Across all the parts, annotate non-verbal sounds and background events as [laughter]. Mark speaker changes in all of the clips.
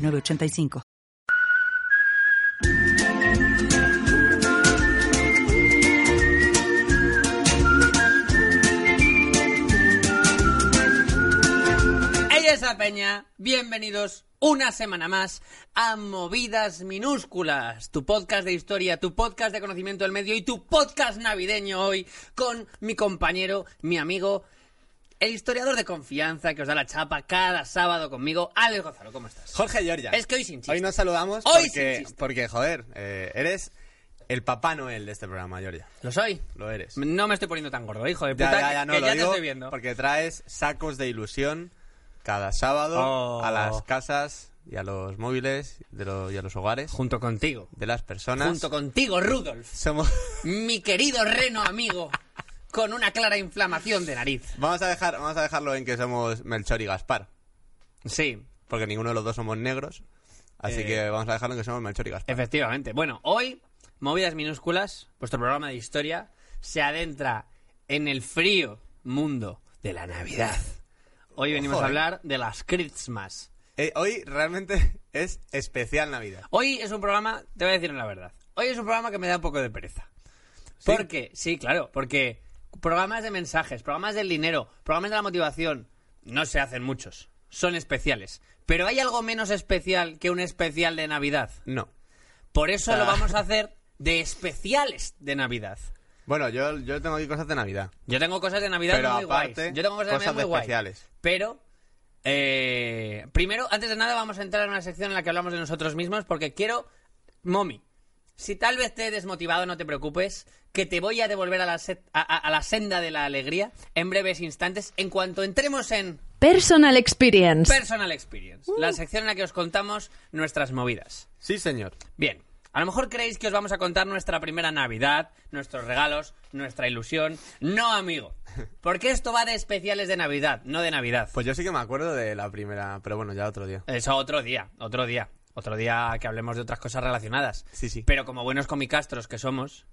Speaker 1: 985.
Speaker 2: Ella es la Peña, bienvenidos una semana más a Movidas Minúsculas, tu podcast de historia, tu podcast de conocimiento del medio y tu podcast navideño hoy con mi compañero, mi amigo, el historiador de confianza que os da la chapa cada sábado conmigo, Alex Gonzalo, ¿cómo estás?
Speaker 3: Jorge Giorgia.
Speaker 2: Es que hoy sin chiste.
Speaker 3: Hoy nos saludamos
Speaker 2: Hoy
Speaker 3: porque,
Speaker 2: sin chiste.
Speaker 3: porque, joder, eh, eres el Papá Noel de este programa, Giorgia.
Speaker 2: ¿Lo soy?
Speaker 3: Lo eres.
Speaker 2: No me estoy poniendo tan gordo, hijo de puta, que- que
Speaker 3: lo
Speaker 2: ya te
Speaker 3: digo
Speaker 2: estoy viendo.
Speaker 3: Porque traes sacos de ilusión cada sábado
Speaker 2: Oh.
Speaker 3: a las casas y a los móviles de lo- y a los hogares
Speaker 2: Junto contigo.
Speaker 3: de las personas.
Speaker 2: Junto contigo, Rudolf.
Speaker 3: Somos... [laughs]
Speaker 2: mi querido reno amigo, con una clara inflamación de nariz.
Speaker 3: vamos, a dejar, vamos a dejarlo en que somos Melchor y Gaspar,
Speaker 2: Sí,
Speaker 3: porque ninguno de los dos somos negros. Así
Speaker 2: Eh.
Speaker 3: que vamos a dejarlo en que somos Melchor y Gaspar.
Speaker 2: efectivamente. Bueno, hoy, Movidas Minúsculas, vuestro programa de historia, se adentra en el frío mundo de la Navidad. Hoy venimos
Speaker 3: Ojo,
Speaker 2: a
Speaker 3: eh.
Speaker 2: hablar de las Christmas.
Speaker 3: Eh, hoy realmente [laughs] es especial Navidad.
Speaker 2: Hoy es un programa, te voy a decir la verdad, hoy es un programa que me da un poco de pereza. Porque, sí, claro, porque programas de mensajes, programas del dinero, programas de la motivación, no se hacen muchos, son especiales. Pero hay algo menos especial que un especial de Navidad.
Speaker 3: No.
Speaker 2: Por eso
Speaker 3: Ah.
Speaker 2: lo vamos a hacer de especiales de Navidad.
Speaker 3: Bueno, yo, yo tengo aquí cosas de Navidad.
Speaker 2: Yo tengo cosas de Navidad
Speaker 3: Pero
Speaker 2: muy
Speaker 3: aparte,
Speaker 2: guays. Yo tengo cosas de
Speaker 3: cosas
Speaker 2: Navidad muy
Speaker 3: de
Speaker 2: guays.
Speaker 3: especiales.
Speaker 2: Pero, eh, primero, antes de nada, vamos a entrar en una sección en la que hablamos de nosotros mismos porque quiero, Momi, si tal vez te he desmotivado, no te preocupes, que te voy a devolver a la, set- a- a- a la senda de la alegría en breves instantes en cuanto entremos en
Speaker 4: Personal Experience.
Speaker 2: Personal Experience,
Speaker 3: Uh.
Speaker 2: la sección en la que os contamos nuestras movidas.
Speaker 3: Sí, señor.
Speaker 2: Bien, a lo mejor creéis que os vamos a contar nuestra primera Navidad, nuestros regalos, nuestra ilusión. No, amigo, porque esto va de especiales de Navidad, no de Navidad.
Speaker 3: Pues yo sí que me acuerdo de la primera, pero bueno, ya otro día.
Speaker 2: Eso otro día, otro día, otro día que hablemos de otras cosas relacionadas.
Speaker 3: Sí, sí.
Speaker 2: Pero como buenos comicastros que somos,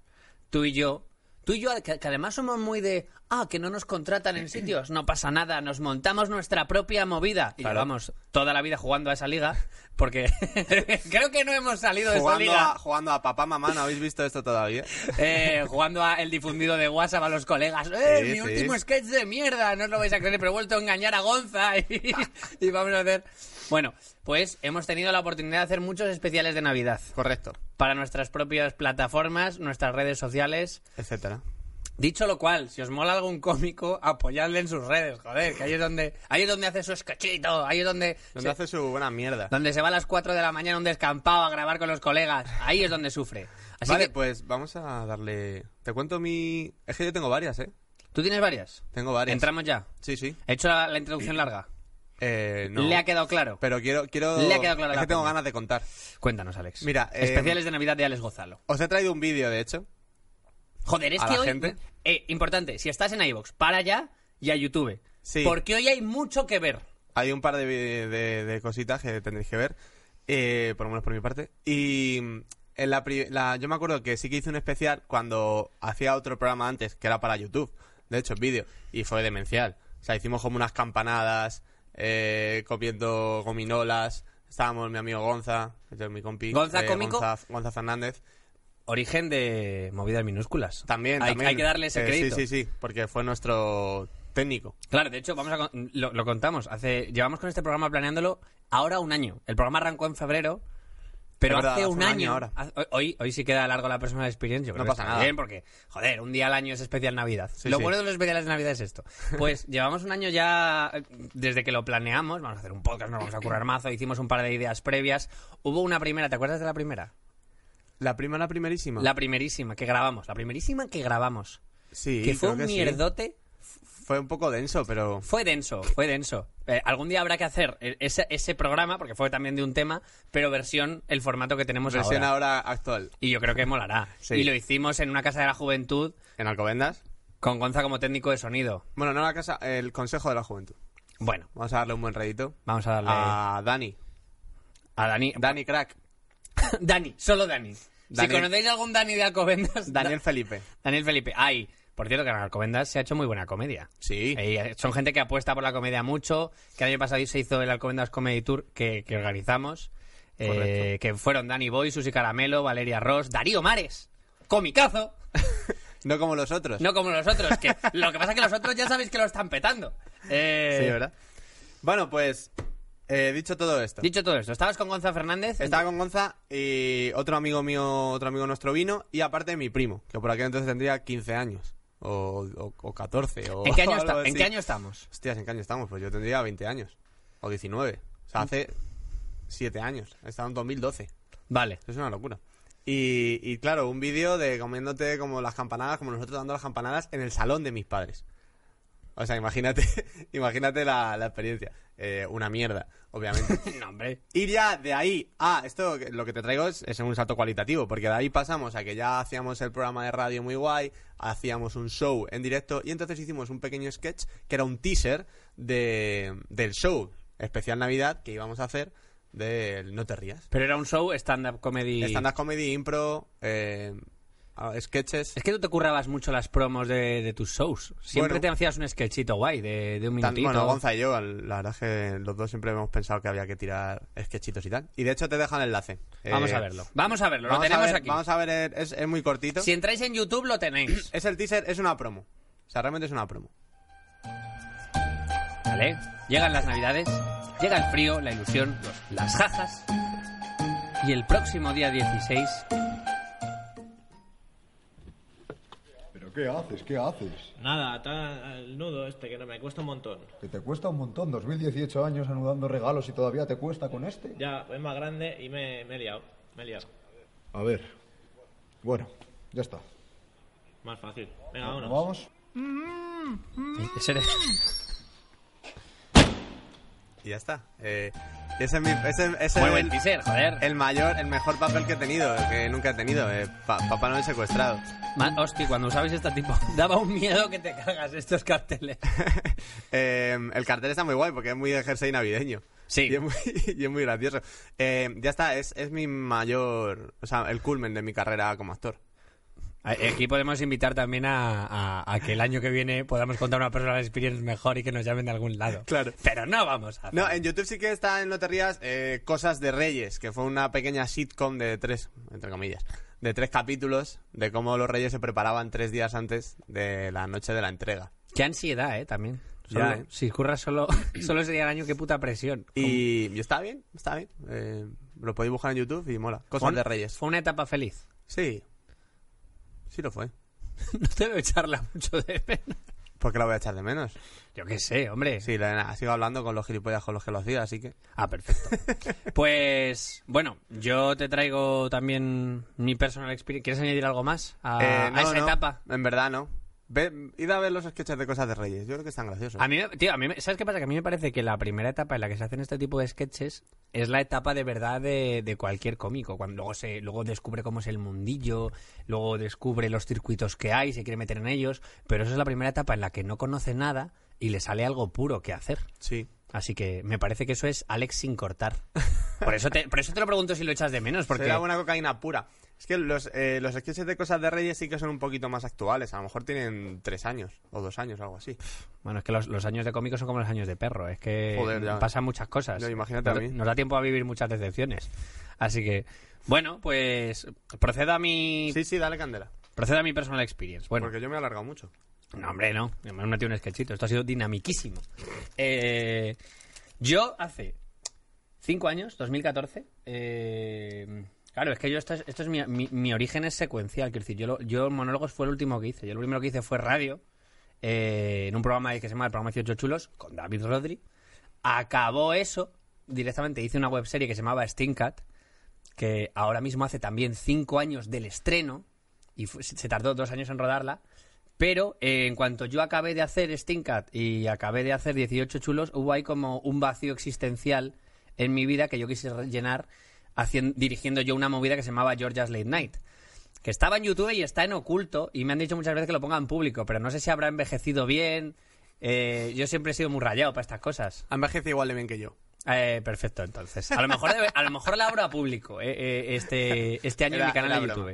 Speaker 2: tú y yo, tú y yo, que, que además somos muy de, ah, que no nos contratan en sitios, no pasa nada, nos montamos nuestra propia movida. Y
Speaker 3: Claro.
Speaker 2: llevamos toda la vida jugando a esa liga, porque [laughs] creo que no hemos salido de esa
Speaker 3: Jugando
Speaker 2: liga.
Speaker 3: a, jugando a papá, mamá, ¿no habéis visto esto todavía? [laughs]
Speaker 2: Eh, jugando a el difundido de WhatsApp a los colegas. ¡Eh,
Speaker 3: Sí,
Speaker 2: mi
Speaker 3: sí.
Speaker 2: último sketch de mierda! No os lo vais a creer, pero he vuelto a engañar a Gonza. Y, [laughs] y vamos a hacer. Bueno, pues hemos tenido la oportunidad de hacer muchos especiales de Navidad.
Speaker 3: Correcto.
Speaker 2: Para nuestras propias plataformas, nuestras redes sociales.
Speaker 3: Etcétera.
Speaker 2: Dicho lo cual, si os mola algún cómico, apoyadle en sus redes, joder, que ahí es donde, ahí es donde hace su sketchito, ahí es donde.
Speaker 3: Donde
Speaker 2: se-
Speaker 3: hace su buena mierda.
Speaker 2: donde se va a las 4 de la mañana a un descampado a grabar con los colegas. Ahí es donde sufre. Así
Speaker 3: vale,
Speaker 2: que.
Speaker 3: pues vamos a darle... Te cuento mi... Es que yo tengo varias, ¿eh?
Speaker 2: ¿Tú tienes varias?
Speaker 3: Tengo varias.
Speaker 2: Entramos ya.
Speaker 3: Sí, sí.
Speaker 2: He hecho la, la introducción [clears throat] larga.
Speaker 3: Eh, no.
Speaker 2: ¿Le ha quedado claro?
Speaker 3: Pero quiero... quiero...
Speaker 2: Le ha quedado clara
Speaker 3: Es
Speaker 2: la
Speaker 3: que tengo
Speaker 2: peña.
Speaker 3: ganas de contar.
Speaker 2: Cuéntanos, Alex.
Speaker 3: Mira, eh,
Speaker 2: especiales de Navidad de Alex Gozalo.
Speaker 3: Os he traído un vídeo, de hecho.
Speaker 2: Joder, es
Speaker 3: a
Speaker 2: que
Speaker 3: la
Speaker 2: hoy.
Speaker 3: gente.
Speaker 2: Eh, importante, si estás en iVoox, para ya y a YouTube.
Speaker 3: Sí.
Speaker 2: Porque hoy hay mucho que ver.
Speaker 3: Hay un par de, vi- de- de cositas que tendréis que ver, eh, por lo menos por mi parte. Y mm, en la, pri- la- yo me acuerdo que sí que hice un especial cuando hacía otro programa antes, que era para YouTube, de hecho, vídeo, y fue demencial. O sea, hicimos como unas campanadas, eh, comiendo gominolas. Estábamos mi amigo Gonza, que es mi compi. eh,
Speaker 2: ¿Gonza cómico?
Speaker 3: Gonza, Gonza Fernández.
Speaker 2: Origen de movidas minúsculas.
Speaker 3: También,
Speaker 2: hay,
Speaker 3: también.
Speaker 2: hay que darle ese
Speaker 3: Eh,
Speaker 2: crédito.
Speaker 3: sí, sí, sí, porque fue nuestro técnico.
Speaker 2: Claro, de hecho, vamos a con- lo, lo contamos. Hace, llevamos con este programa planeándolo ahora un año. El programa arrancó en febrero. Pero
Speaker 3: Es verdad,
Speaker 2: hace, un, año,
Speaker 3: ahora.
Speaker 2: hace- hoy- hoy, hoy sí queda largo la persona de experiencia.
Speaker 3: No pasa nada.
Speaker 2: Bien, porque, joder, un día al año es especial Navidad.
Speaker 3: Sí,
Speaker 2: lo
Speaker 3: sí.
Speaker 2: bueno de los especiales de Navidad es esto. Pues [laughs] llevamos un año ya, eh, desde que lo planeamos, vamos a hacer un podcast, nos vamos a currar mazo, hicimos un par de ideas previas. Hubo una primera, ¿te acuerdas de la primera?
Speaker 3: La prima, la primerísima.
Speaker 2: La primerísima que grabamos, la primerísima que grabamos.
Speaker 3: sí,
Speaker 2: que fue
Speaker 3: creo
Speaker 2: un
Speaker 3: sí.
Speaker 2: mierdote,
Speaker 3: fue un poco denso, pero...
Speaker 2: Fue denso, fue denso. Eh, algún día habrá que hacer e-, ese, ese programa, porque fue también de un tema, pero versión, el formato que tenemos
Speaker 3: Versión
Speaker 2: ahora.
Speaker 3: ahora actual.
Speaker 2: Y yo creo que molará.
Speaker 3: Sí.
Speaker 2: Y lo hicimos en una casa de la juventud
Speaker 3: ¿En Alcobendas?
Speaker 2: con Gonza como técnico de sonido.
Speaker 3: Bueno, no la casa, el Consejo de la Juventud.
Speaker 2: Bueno,
Speaker 3: Vamos a darle un buen rayito.
Speaker 2: vamos a darle
Speaker 3: A Dani.
Speaker 2: a Dani. [laughs]
Speaker 3: Dani Crack.
Speaker 2: Dani, solo Dani. Si
Speaker 3: Dani-
Speaker 2: conocéis algún Dani de Alcobendas, [laughs] Da-
Speaker 3: Daniel Felipe.
Speaker 2: Daniel Felipe. Ay, por cierto que en Alcobendas se ha hecho muy buena comedia.
Speaker 3: Sí.
Speaker 2: Eh, son gente que apuesta por la comedia mucho, que el año pasado se hizo el Alcobendas Comedy Tour que, que organizamos, eh,
Speaker 3: Correcto.
Speaker 2: que fueron Dani Boy, Susi Caramelo, Valeria Ross, Darío Mares, comicazo,
Speaker 3: No como los otros.
Speaker 2: no como los otros,
Speaker 3: [laughs]
Speaker 2: que lo que pasa es que los otros ya sabéis que lo están petando. Eh,
Speaker 3: Sí, ¿verdad? Bueno, pues, eh, dicho todo esto.
Speaker 2: Dicho todo esto, estabas con Gonza Fernández.
Speaker 3: Estaba con Gonza y otro amigo mío, otro amigo nuestro vino, y aparte mi primo, que por aquel entonces tendría 15 años, o, o- o 14, [laughs] o
Speaker 2: ¿En qué año,
Speaker 3: algo
Speaker 2: esta- ¿en
Speaker 3: así.
Speaker 2: qué año estamos?
Speaker 3: Hostias, ¿en qué año estamos? Pues yo tendría 20 años, o 19, o
Speaker 2: Mm.
Speaker 3: sea, hace 7 años, estaba en 2012, eso
Speaker 2: Vale. [laughs]
Speaker 3: es una locura. Y, y claro, un vídeo de comiéndote como las campanadas, como nosotros dando las campanadas en el salón de mis padres. O sea, imagínate, [laughs] imagínate la, la experiencia. Eh, una mierda,
Speaker 2: [laughs]
Speaker 3: obviamente.
Speaker 2: No, hombre.
Speaker 3: Ir ya de ahí a esto, lo que te traigo es, es un salto cualitativo, porque de ahí pasamos a que ya hacíamos el programa de radio muy guay, hacíamos un show en directo y entonces hicimos un pequeño sketch que era un teaser de, del show especial Navidad que íbamos a hacer del No te rías.
Speaker 2: Pero era un show stand-up comedy.
Speaker 3: Stand-up comedy, impro, eh, sketches.
Speaker 2: Es que tú te currabas mucho las promos de, de tus shows. Siempre
Speaker 3: Bueno.
Speaker 2: te hacías un sketchito guay de, de un
Speaker 3: Tan-
Speaker 2: minutito.
Speaker 3: bueno, Gonza y yo, la verdad es que los dos siempre hemos pensado que había que tirar sketchitos y tal. Y de hecho te dejan el enlace.
Speaker 2: Vamos
Speaker 3: Eh,
Speaker 2: a verlo. Vamos a verlo.
Speaker 3: Vamos
Speaker 2: lo tenemos
Speaker 3: a ver,
Speaker 2: aquí.
Speaker 3: Vamos a ver, eh, es, es muy cortito.
Speaker 2: Si entráis en YouTube lo [clears throat] tenéis.
Speaker 3: Es el teaser, es una promo. O sea, realmente es una promo.
Speaker 2: ¿Vale? Llegan las navidades, llega el frío, la ilusión, los- las jajas. Y el próximo día 16,
Speaker 5: ¿Pero qué haces? ¿Qué haces?
Speaker 6: Nada, ata el nudo este que no me cuesta un montón.
Speaker 5: Que te cuesta un montón, 2018 años anudando regalos y todavía te cuesta con este.
Speaker 6: Ya, es más grande y me, me he liado. Me he liado.
Speaker 5: A ver. Bueno, ya está.
Speaker 6: Más fácil. Venga,
Speaker 5: ¿Nos
Speaker 6: vámonos.
Speaker 5: vamos?
Speaker 2: ese [clears throat] de-
Speaker 3: Y ya está. Eh, ese es mi. Ese, ese
Speaker 2: muy
Speaker 3: es
Speaker 2: buen
Speaker 3: el-
Speaker 2: teaser, joder.
Speaker 3: el mayor, el mejor papel que he tenido, que nunca he tenido. eh, pa- Papá Noel secuestrado.
Speaker 2: Ma- Hostia, cuando usabais este tipo, [laughs] daba un miedo que te cagas estos carteles.
Speaker 3: [laughs] Eh, el cartel está muy guay porque es muy de jersey navideño.
Speaker 2: Sí.
Speaker 3: Y es muy, [laughs] y es muy gracioso. Eh, ya está, es, es mi mayor. O sea, el culmen de mi carrera como actor.
Speaker 2: Aquí podemos invitar también a, a- a que el año que viene podamos contar una personal experience mejor y que nos llamen de algún lado.
Speaker 3: Claro.
Speaker 2: Pero no eh. vamos a.
Speaker 3: No,
Speaker 2: hacer.
Speaker 3: en YouTube sí que está en No te rías eh, Cosas de Reyes, que fue una pequeña sitcom de tres, entre comillas, de tres capítulos de cómo los reyes se preparaban tres días antes de la noche de la entrega.
Speaker 2: Qué ansiedad, ¿eh? También.
Speaker 3: Ya,
Speaker 2: Solo-
Speaker 3: ¿eh?
Speaker 2: Si curras solo, [clears throat] solo sería el año, qué puta presión.
Speaker 3: Y, y está bien, está bien. Eh, lo podéis buscar en YouTube y mola.
Speaker 2: Fue
Speaker 3: Cosas
Speaker 2: un-
Speaker 3: de Reyes.
Speaker 2: Fue una etapa feliz.
Speaker 3: Sí. Sí lo fue.
Speaker 2: No te veo echarla mucho de menos.
Speaker 3: ¿Por qué la voy a echar de menos?
Speaker 2: Yo qué sé, hombre.
Speaker 3: Sí, la, sigo hablando con los gilipollas con los que lo hacía, así que...
Speaker 2: Ah, perfecto. Pues, bueno, yo te traigo también mi personal experience. ¿Quieres añadir algo más a,
Speaker 3: Eh,
Speaker 2: Ah, a
Speaker 3: no,
Speaker 2: esa
Speaker 3: no,
Speaker 2: etapa?
Speaker 3: En verdad no. Ve, id a ver los sketches de Cosas de Reyes. Yo creo que están graciosos.
Speaker 2: A mí, me- tío, a mí, me- ¿sabes qué pasa? Que a mí me parece que la primera etapa en la que se hacen este tipo de sketches es la etapa de verdad de, de cualquier cómico. Cuando luego se, luego descubre cómo es el mundillo, luego descubre los circuitos que hay, se quiere meter en ellos, pero esa es la primera etapa en la que no conoce nada y le sale algo puro que hacer.
Speaker 3: Sí.
Speaker 2: Así que me parece que eso es Alex sin
Speaker 3: [laughs]
Speaker 2: cortar. Por eso te, por eso te lo pregunto si lo echas de menos, porque
Speaker 3: Será una cocaína pura. Es que los, eh, los sketches de Cosas de Reyes sí que son un poquito más actuales. A lo mejor tienen tres años o dos años o algo así.
Speaker 2: bueno, es que los, los años de cómico son como los años de perro, es que
Speaker 3: Joder, ya.
Speaker 2: pasan muchas cosas.
Speaker 3: Ya, imagínate a
Speaker 2: Nos-
Speaker 3: mí.
Speaker 2: Nos da tiempo a vivir muchas decepciones. Así que bueno, pues procedo a mi
Speaker 3: Sí, sí, dale candela.
Speaker 2: procedo a mi personal experience. Bueno,
Speaker 3: Porque yo me he alargado mucho.
Speaker 2: No, hombre, no. Me han metido un sketchito. Esto ha sido dinamiquísimo. Eh, yo hace cinco años, 2014. eh, claro, es que yo esto es, esto es mi, mi- mi origen es secuencial. Quiero decir, yo, lo- yo monólogos fue el último que hice. Yo lo primero que hice fue radio eh, en un programa que se llama El Programa 18 Chulos con David Rodri. Acabó eso. Directamente hice una webserie que se llamaba Stingcat que ahora mismo hace también cinco años del estreno y fu- se tardó dos años en rodarla, Pero eh, en cuanto yo acabé de hacer Stinkat y acabé de hacer 18 chulos, hubo ahí como un vacío existencial en mi vida que yo quise llenar hacien- dirigiendo yo una movida que se llamaba Georgia's Late Night. Que estaba en YouTube y está en oculto y me han dicho muchas veces que lo ponga en público, pero no sé si habrá envejecido bien. Eh, yo siempre he sido muy rayado para estas cosas.
Speaker 3: Ha envejecido igual de bien que yo.
Speaker 2: Eh, perfecto, entonces. A lo mejor, debe- a lo mejor la abro a público eh, eh, este, este año en
Speaker 3: Era-
Speaker 2: mi canal
Speaker 3: era
Speaker 2: de
Speaker 3: broma.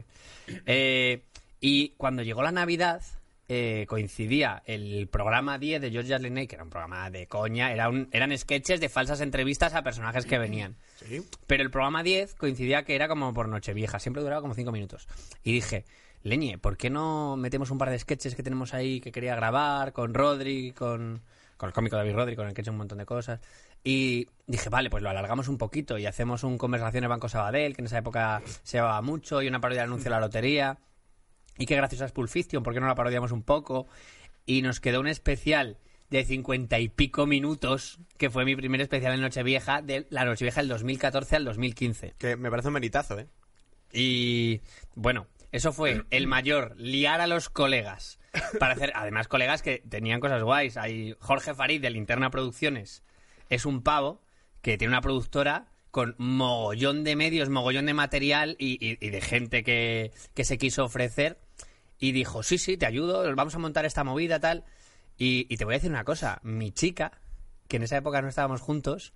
Speaker 2: YouTube. Eh, y cuando llegó la Navidad, eh, coincidía el programa 10 de George Lenney, que era un programa de coña, era un- eran sketches de falsas entrevistas a personajes que venían.
Speaker 3: Sí.
Speaker 2: Pero el programa 10 coincidía que era como por Nochevieja, siempre duraba como 5 minutos. Y dije, Leñe, ¿por qué no metemos un par de sketches que tenemos ahí que quería grabar con Rodri, con, con el cómico David Rodri, con el que he hecho un montón de cosas? Y dije, vale, pues lo alargamos un poquito y hacemos un Conversaciones Banco Sabadell, que en esa época se llevaba mucho, y una parodia de anuncio de la lotería. Y qué graciosa es Pulp Fiction, ¿por qué no la parodiamos un poco? Y nos quedó un especial de cincuenta y pico minutos, que fue mi primer especial en Nochevieja, de la Nochevieja del 2014 al 2015.
Speaker 3: Que me parece un meritazo, ¿eh?
Speaker 2: Y bueno, eso fue el mayor, liar a los colegas. Para hacer, además, colegas que tenían cosas guays. Hay Jorge Farid de Linterna Producciones. Es un pavo que tiene una productora con mogollón de medios, mogollón de material y, y- y de gente que, que se quiso ofrecer. Y dijo, sí, sí, te ayudo, vamos a montar esta movida, tal. Y, y te voy a decir una cosa, mi chica, que en esa época no estábamos juntos,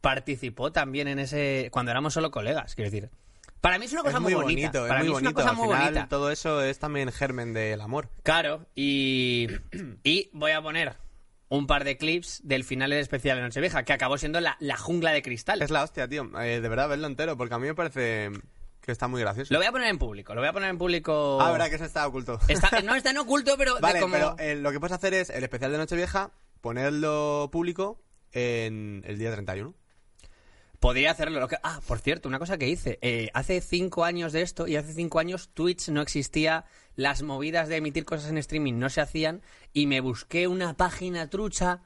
Speaker 2: participó también en ese... cuando éramos solo colegas, quiero decir. Para mí es una cosa
Speaker 3: es muy,
Speaker 2: bonita.
Speaker 3: bonito,
Speaker 2: para
Speaker 3: es muy
Speaker 2: mí
Speaker 3: bonito.
Speaker 2: es una cosa
Speaker 3: Al
Speaker 2: muy
Speaker 3: final,
Speaker 2: bonita.
Speaker 3: Todo eso es también germen del amor.
Speaker 2: Claro, y, y voy a poner un par de clips del final del especial de Nochevieja, que acabó siendo la, la jungla de cristal.
Speaker 3: Es la hostia, tío. Eh, de verdad, verlo entero, porque a mí me parece que está muy gracioso.
Speaker 2: Lo voy a poner en público, lo voy a poner en público...
Speaker 3: Ah, verdad que eso está oculto.
Speaker 2: Está- no, está en oculto, pero Eh, de
Speaker 3: vale,
Speaker 2: como-
Speaker 3: pero eh, lo que puedes hacer es el especial de Nochevieja, ponerlo público en el día 31.
Speaker 2: Podría hacerlo. Lo que... Ah, por cierto, una cosa que hice. Eh, hace cinco años de esto y hace cinco años Twitch no existía. Las movidas de emitir cosas en streaming no se hacían. Y me busqué una página trucha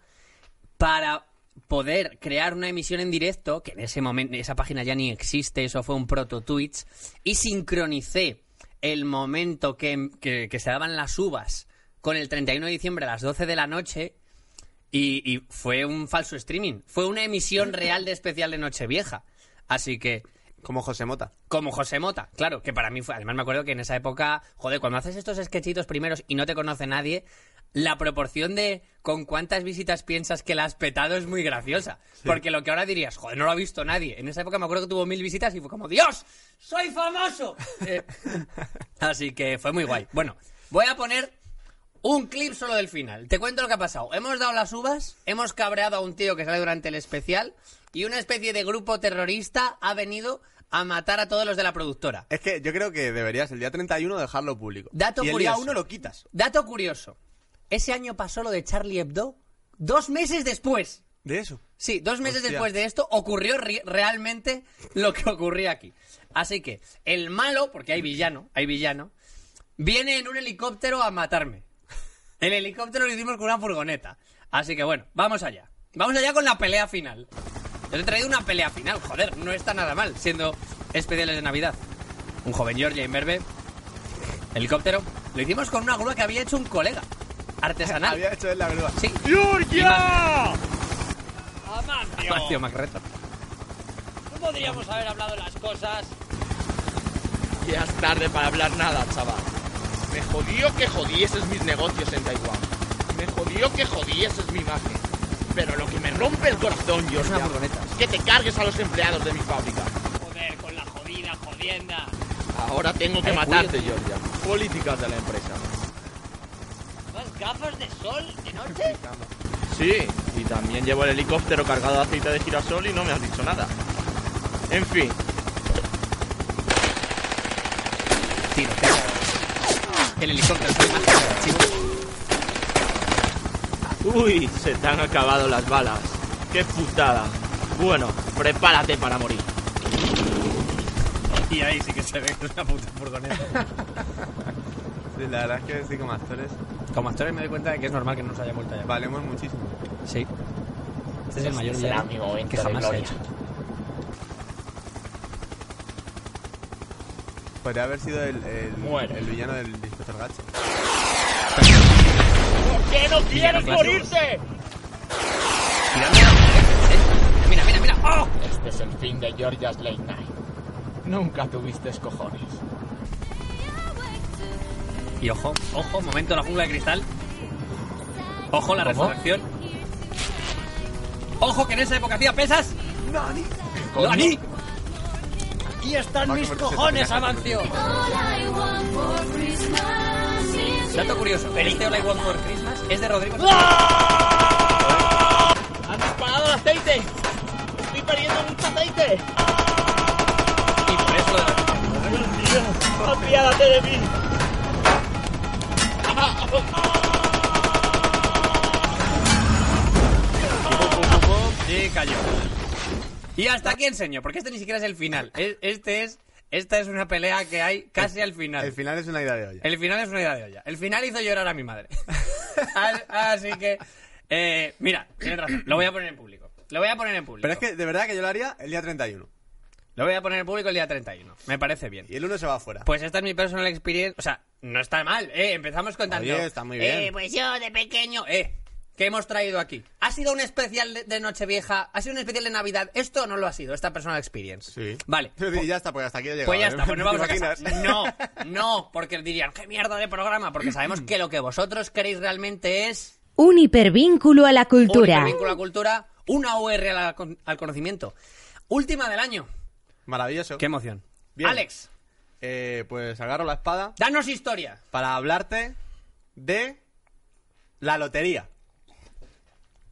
Speaker 2: para poder crear una emisión en directo, que en ese momento esa página ya ni existe, eso fue un proto Twitch, y sincronicé el momento que, que- que se daban las uvas con el 31 de diciembre a las 12 de la noche y, y fue un falso streaming, fue una emisión real de especial de Nochevieja. Así que
Speaker 3: Como José Mota.
Speaker 2: como José Mota, claro, que para mí fue. Además, me acuerdo que en esa época, joder, cuando haces estos sketchitos primeros y no te conoce nadie, la proporción de con cuántas visitas piensas que la has petado es muy graciosa. Porque lo que ahora dirías, joder, no lo ha visto nadie. En esa época me acuerdo que tuvo mil visitas y fue como, ¡Dios! ¡Soy famoso! Eh, así que fue muy guay. Bueno, voy a poner un clip solo del final. Te cuento lo que ha pasado. Hemos dado las uvas, hemos cabreado a un tío que sale durante el especial y una especie de grupo terrorista ha venido a matar a todos los de la productora.
Speaker 3: Es que yo creo que deberías el día 31 dejarlo público.
Speaker 2: Dato
Speaker 3: y el
Speaker 2: curioso.
Speaker 3: día 1 lo quitas.
Speaker 2: Dato curioso. Ese año pasó lo de Charlie Hebdo dos meses después.
Speaker 3: De eso.
Speaker 2: Sí, dos meses
Speaker 3: Hostia.
Speaker 2: después de esto ocurrió ri- realmente lo que ocurría aquí. Así que el malo, porque hay villano, hay villano, viene en un helicóptero a matarme. El helicóptero lo hicimos con una furgoneta. Así que bueno, vamos allá. Vamos allá con la pelea final. Yo te he traído una pelea final, joder, no está nada mal, siendo especiales de Navidad. Un joven Georgia Inverbe, helicóptero, lo hicimos con una grúa que había hecho un colega, artesanal.
Speaker 3: Ah. [laughs] Había hecho él la grúa.
Speaker 2: Sí.
Speaker 7: ¡Georgia!
Speaker 2: Amancio Macreto.
Speaker 7: No podríamos haber hablado las cosas. Ya es tarde para hablar nada, chaval. Me jodió que jodieses mis negocios en Taiwán. Me jodió que jodieses mi imagen. Pero lo que me rompe el corazón, yo
Speaker 2: una furgoneta.
Speaker 7: es que te cargues a los empleados de mi fábrica. Joder, con la jodida jodienda. Ahora tengo que matarte, Georgia. Políticas de la empresa.
Speaker 8: ¿Más gafas de sol de noche?
Speaker 7: Sí, y también llevo el helicóptero cargado de aceite de girasol y no me has dicho nada. En fin,
Speaker 2: Tiroteo. El helicóptero fue más agresivo.
Speaker 7: Uy, se te han acabado las balas. Qué putada. Bueno, prepárate para morir.
Speaker 2: Y ahí sí que se ve que es una puta furgoneta.
Speaker 3: Sí, la verdad es que sí, como actores,
Speaker 2: Como actores me doy cuenta de que es normal que no nos haya vuelto a llamar.
Speaker 3: valemos muchísimo.
Speaker 2: Sí. Este es el mayor
Speaker 8: será mi
Speaker 2: villano
Speaker 8: momento
Speaker 2: que
Speaker 8: de
Speaker 2: jamás he
Speaker 8: eh, gloria.
Speaker 2: hecho.
Speaker 3: Podría haber sido el, el,
Speaker 7: Muere.
Speaker 3: el villano del inspector Gacho.
Speaker 7: que no quieres morirse.
Speaker 8: Mira, mira, mira, mira, mira, mira. ¡Oh!
Speaker 7: Este es el fin de Georgia's Late Night. Nunca tuviste cojones.
Speaker 2: Y ojo, ojo, momento la jungla de cristal. Ojo la resurrección. Ojo que en esa época hacía pesas. ¡Lani!
Speaker 8: Aquí están mis
Speaker 3: Marco,
Speaker 8: cojones,
Speaker 3: se te
Speaker 8: Amancio.
Speaker 2: Dato curioso, este All I Want for Christmas es de Rodrigo.
Speaker 8: ¡Ah!
Speaker 7: ¡Han disparado el aceite! ¡Estoy perdiendo mucho aceite!
Speaker 2: Y por eso lo de la-
Speaker 7: ¡Apiádate de mí!
Speaker 2: Y cayó. Y hasta aquí enseño, porque este ni siquiera es el final. Es- Este es, esta es una pelea que hay casi al
Speaker 3: El
Speaker 2: final.
Speaker 3: final es una idea de olla.
Speaker 2: El final es una idea de olla. El final hizo llorar a mi madre. [laughs] As- Así que, eh, mira, tienes razón. Lo voy a poner en público. Lo voy a poner en público.
Speaker 3: Pero es que de verdad que yo lo haría el día 31.
Speaker 2: Lo voy a poner en público el día 31. Me parece bien.
Speaker 3: Y el uno se va afuera.
Speaker 2: Pues esta es mi personal experience. O sea, no está mal, ¿eh? Empezamos contando.
Speaker 3: Oye, está muy bien.
Speaker 2: Eh, pues yo de pequeño, ¿eh? ¿Qué hemos traído aquí? ¿Ha sido un especial de- de Nochevieja? ¿Ha sido un especial de Navidad? ¿Esto o no lo ha sido? Esta personal experience.
Speaker 3: [laughs] Sí.
Speaker 2: Vale.
Speaker 3: Y ya está, pues hasta aquí he llegado.
Speaker 2: Pues ya
Speaker 3: ¿eh?
Speaker 2: está, pues nos vamos
Speaker 3: ¿Te
Speaker 2: a casa.
Speaker 3: imaginas?
Speaker 2: No, no, porque dirían, qué mierda de programa, porque sabemos que lo que vosotros queréis realmente es
Speaker 9: Un hipervínculo a la
Speaker 2: un
Speaker 9: cultura.
Speaker 2: vínculo a la cultura, una OR a la con- al conocimiento. Última del año.
Speaker 3: [laughs] Maravilloso.
Speaker 2: Qué emoción.
Speaker 3: Bien.
Speaker 2: Alex,
Speaker 3: Eh, pues agarro la espada
Speaker 2: danos historia.
Speaker 3: para hablarte de la lotería.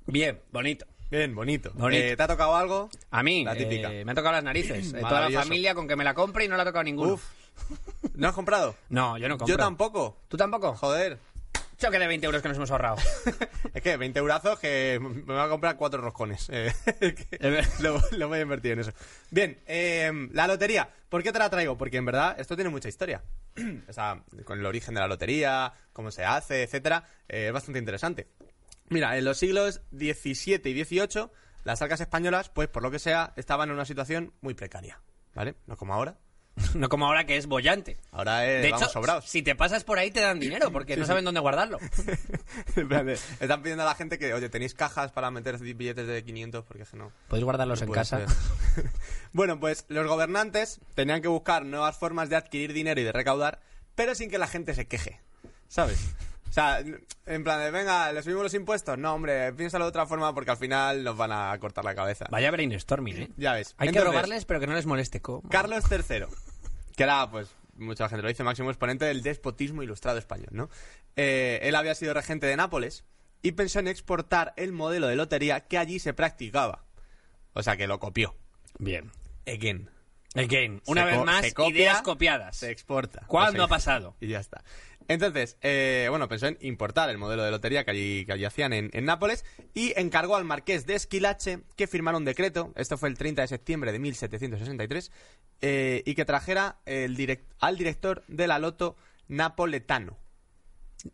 Speaker 2: Bien, bonito.
Speaker 3: Bien, bonito.
Speaker 2: Bonito.
Speaker 3: Eh, ¿Te ha tocado algo?
Speaker 2: A mí,
Speaker 3: La típica.
Speaker 2: eh, me ha tocado las narices.
Speaker 3: [clears throat]
Speaker 2: Eh, toda la
Speaker 3: Maravilloso.
Speaker 2: familia con que me la compre y no la ha tocado ninguno.
Speaker 3: Uf. ¿No has comprado?
Speaker 2: No, yo no compro.
Speaker 3: Yo tampoco.
Speaker 2: ¿Tú tampoco?
Speaker 3: Joder.
Speaker 2: Choque de 20 euros que nos hemos
Speaker 3: [laughs]
Speaker 2: ahorrado. [laughs]
Speaker 3: Es que 20 eurazos que me va a comprar cuatro roscones. Eh, [laughs] que lo, lo voy a invertir en eso. Bien, eh, la lotería. ¿Por qué te la traigo? Porque en verdad esto tiene mucha historia. [clears throat] o sea, con el origen de la lotería, cómo se hace, etcétera. eh, es bastante interesante. Mira, en los siglos XVII y XVIII, las arcas españolas, pues por lo que sea, estaban en una situación muy precaria. ¿Vale? No como ahora.
Speaker 2: no como ahora que es bollante.
Speaker 3: Ahora eh,
Speaker 2: de
Speaker 3: vamos
Speaker 2: hecho,
Speaker 3: sobrados.
Speaker 2: si te pasas por ahí te dan dinero porque no saben dónde guardarlo.
Speaker 3: [laughs] En plan de- Están pidiendo a la gente que, oye, tenéis cajas para meter billetes de 500 porque es que no.
Speaker 2: Podéis guardarlos en
Speaker 3: Pues Puede
Speaker 2: casa.
Speaker 3: ser. [laughs] bueno, pues los gobernantes tenían que buscar nuevas formas de adquirir dinero y de recaudar, pero sin que la gente se queje, ¿sabes? O sea, en plan de, venga, ¿les subimos los impuestos? No, hombre, piénsalo de otra forma porque al final nos van a cortar la cabeza.
Speaker 2: Vaya brainstorming, ¿eh?
Speaker 3: Ya ves.
Speaker 2: Hay que
Speaker 3: Entonces,
Speaker 2: robarles, pero que no les moleste. ¿Cómo?
Speaker 3: Carlos III, que era, pues, mucha gente lo dice, máximo exponente del despotismo ilustrado español, ¿no? Eh, él había sido regente de Nápoles y pensó en exportar el modelo de lotería que allí se practicaba. O sea, que lo copió.
Speaker 2: Bien.
Speaker 3: Again.
Speaker 2: Again, una
Speaker 3: Se
Speaker 2: vez
Speaker 3: co-
Speaker 2: más,
Speaker 3: se copia,
Speaker 2: ideas copiadas.
Speaker 3: Se exporta.
Speaker 2: ¿Cuándo
Speaker 3: O sea,
Speaker 2: ha pasado?
Speaker 3: Y ya está. Entonces, eh, bueno, pensó en importar el modelo de lotería que allí, que allí hacían en, en Nápoles y encargó al marqués de Esquilache que firmara un decreto, esto fue el 30 de septiembre de 1763, eh, y que trajera el direc- al director de la loto napoletano.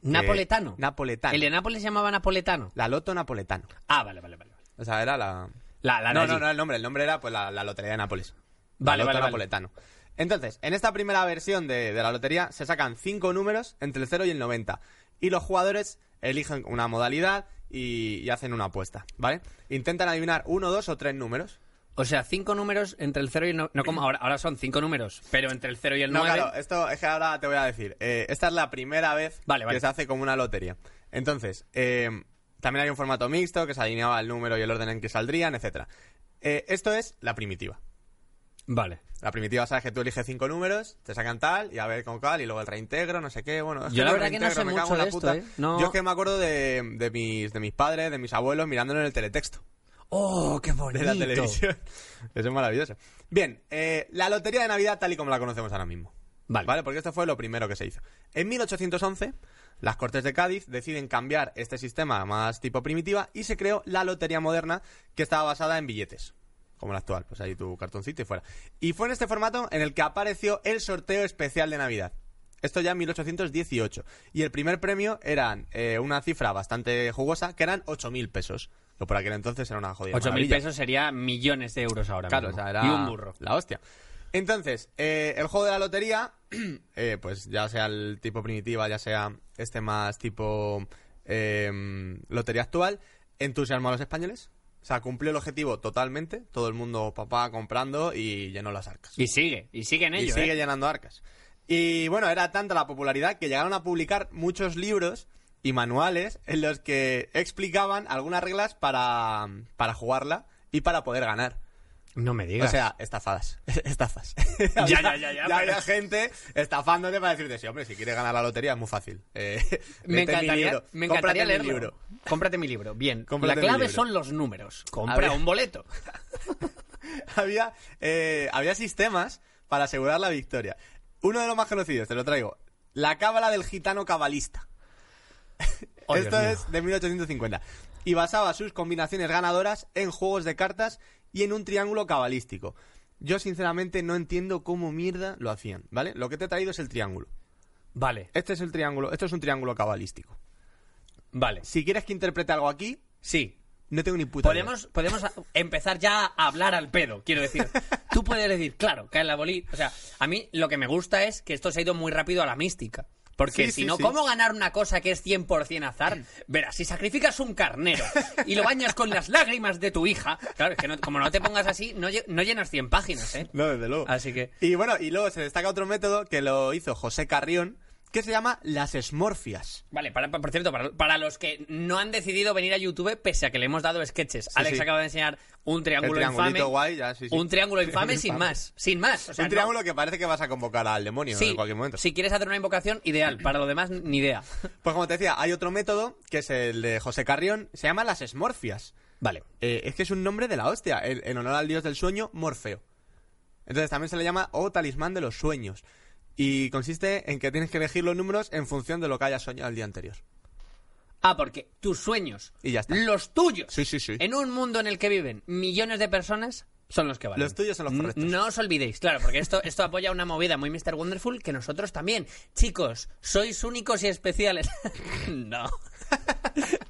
Speaker 2: Napoletano.
Speaker 3: Eh, napoletano.
Speaker 2: El de Nápoles se llamaba Napoletano.
Speaker 3: La loto napoletano.
Speaker 2: Ah, vale, vale, vale.
Speaker 3: O sea, era la...
Speaker 2: La, la de
Speaker 3: no,
Speaker 2: allí.
Speaker 3: no, no, el nombre. El nombre era pues la, la Lotería de Nápoles. La
Speaker 2: Vale,
Speaker 3: Loto
Speaker 2: vale, vale.
Speaker 3: Napoletano. Entonces, en esta primera versión de, de la lotería se sacan cinco números entre el 0 y el 90. Y los jugadores eligen una modalidad y, y hacen una apuesta, ¿vale? Intentan adivinar uno, dos o tres números.
Speaker 2: O sea, cinco números entre el 0 y el 9. No, como ahora, ahora son cinco números, pero entre el 0 y el
Speaker 3: No,
Speaker 2: 9.
Speaker 3: claro, eh. esto es que ahora te voy a decir. eh, esta es la primera vez
Speaker 2: Vale, vale.
Speaker 3: que se hace como una lotería. Entonces, eh, también hay un formato mixto que se alineaba el número y el orden en que saldrían, etcétera. Eh, esto es la primitiva.
Speaker 2: Vale.
Speaker 3: La primitiva sabes que tú eliges cinco números, te sacan tal, y a ver con cuál, y luego el reintegro, no sé qué, bueno... es
Speaker 2: Yo la
Speaker 3: el
Speaker 2: verdad que no
Speaker 3: reintegro,
Speaker 2: sé
Speaker 3: me cago
Speaker 2: mucho
Speaker 3: en la
Speaker 2: de esto,
Speaker 3: puta.
Speaker 2: ¿eh? No-
Speaker 3: Yo es que me acuerdo de, de mis, de mis padres, de mis abuelos, mirándolo en el teletexto
Speaker 2: ¡Oh, qué bonito!
Speaker 3: de la televisión. [laughs] Eso es maravilloso. Bien, eh, la lotería de Navidad tal y como la conocemos ahora mismo.
Speaker 2: Vale.
Speaker 3: Porque esto fue lo primero que se hizo. En 1811, las Cortes de Cádiz deciden cambiar este sistema más tipo primitiva y se creó la lotería moderna que estaba basada en billetes, como la actual. Pues ahí tu cartoncito y fuera. Y fue en este formato en el que apareció el sorteo especial de Navidad. Esto ya en 1818. Y el primer premio eran eh, una cifra bastante jugosa, que eran 8.000 pesos. Lo por aquel entonces era una jodida
Speaker 2: 8.000
Speaker 3: maravilla.
Speaker 2: pesos sería millones de euros ahora
Speaker 3: Claro, o
Speaker 2: mismo.
Speaker 3: sea, era
Speaker 2: Y un burro.
Speaker 3: La hostia. Entonces, eh, el juego de la [clears throat] lotería, eh, pues ya sea el tipo primitiva, ya sea este más tipo eh, Lotería Actual, entusiasmó a los españoles. O sea, cumplió el objetivo totalmente. Todo el mundo, papá, comprando y llenó las arcas.
Speaker 2: Y sigue, y sigue en
Speaker 3: Y
Speaker 2: ello.
Speaker 3: sigue
Speaker 2: ¿eh?
Speaker 3: llenando arcas. Y bueno, era tanta la popularidad que llegaron a publicar muchos libros y manuales en los que explicaban algunas reglas para, para jugarla y para poder ganar.
Speaker 2: No me digas.
Speaker 3: O sea, estafadas. [laughs] Estafas. [laughs]
Speaker 2: Ya, ya, ya, ya, pero-
Speaker 3: había gente estafándote para decirte, sí, hombre, si quieres ganar la lotería es muy fácil. [laughs] Eh,
Speaker 2: me
Speaker 3: vete mi
Speaker 2: encantaría,
Speaker 3: libro,
Speaker 2: me
Speaker 3: cómprate
Speaker 2: encantaría
Speaker 3: mi
Speaker 2: leerlo.
Speaker 3: libro. [laughs]
Speaker 2: Cómprate mi libro. Bien.
Speaker 3: Cómprate
Speaker 2: la
Speaker 3: mi
Speaker 2: clave
Speaker 3: libro.
Speaker 2: son los números.
Speaker 3: A
Speaker 2: Compra
Speaker 3: ver.
Speaker 2: un boleto.
Speaker 3: había, eh, había sistemas para asegurar la victoria. Uno de los más conocidos, te lo traigo. La cábala del gitano cabalista.
Speaker 2: Oh, Dios
Speaker 3: Esto
Speaker 2: mío.
Speaker 3: es de 1850. Y basaba sus combinaciones ganadoras en juegos de cartas y en un triángulo cabalístico. Yo sinceramente no entiendo cómo mierda lo hacían, ¿vale? Lo que te he traído es el triángulo.
Speaker 2: Vale,
Speaker 3: Este es el triángulo, esto es un triángulo cabalístico.
Speaker 2: vale.
Speaker 3: Si quieres que interprete algo aquí,
Speaker 2: Sí.
Speaker 3: no tengo ni puta idea.
Speaker 2: Podemos, podemos a- empezar ya a hablar al pedo, quiero
Speaker 3: [laughs]
Speaker 2: decir. Tú puedes decir, claro, cae la bolí. O sea, a mí lo que me gusta es que esto se ha ido muy rápido a la mística. Porque
Speaker 3: Sí,
Speaker 2: si
Speaker 3: sí,
Speaker 2: no,
Speaker 3: sí.
Speaker 2: ¿cómo ganar una cosa que es 100%
Speaker 3: [laughs]
Speaker 2: azar? Verás, si sacrificas un carnero y lo bañas con las lágrimas de tu hija, claro, es que no- como no te pongas así, no, lle- no llenas 100 páginas, ¿eh?
Speaker 3: No, desde luego.
Speaker 2: Así que-
Speaker 3: Y bueno, y luego se destaca otro método que lo hizo José Carrión, que se llama las esmorfias.
Speaker 2: Vale, para, por cierto, para, para los que no han decidido venir a YouTube, pese a que le hemos dado sketches, Alex
Speaker 3: sí.
Speaker 2: acaba de enseñar un triángulo
Speaker 3: El triangulito
Speaker 2: infame.
Speaker 3: guay, ya, sí, sí.
Speaker 2: Un triángulo infame
Speaker 3: [laughs]
Speaker 2: sin más. Sin más. O sea,
Speaker 3: un
Speaker 2: no-
Speaker 3: triángulo que parece que vas a convocar al demonio
Speaker 2: sí,
Speaker 3: en cualquier momento.
Speaker 2: Si quieres hacer una invocación, ideal. Para lo demás, ni
Speaker 3: [laughs]
Speaker 2: idea.
Speaker 3: Pues como te decía, hay otro método, que es el de José Carrión, se llama las esmorfias.
Speaker 2: Vale.
Speaker 3: Eh, es que es un nombre de la hostia, el- en honor al dios del sueño, Morfeo. Entonces también se le llama o talismán de los sueños. Y consiste en que tienes que elegir los números en función de lo que hayas soñado el día anterior.
Speaker 2: Ah, porque tus sueños,
Speaker 3: Y ya está.
Speaker 2: los tuyos,
Speaker 3: Sí, sí, sí.
Speaker 2: en un mundo en el que viven millones de personas, son los que valen.
Speaker 3: Los tuyos son los
Speaker 2: N-
Speaker 3: correctos.
Speaker 2: No os olvidéis, claro, porque esto, esto apoya una movida muy Mr. Wonderful que nosotros también. Chicos, sois únicos y especiales. [laughs] no.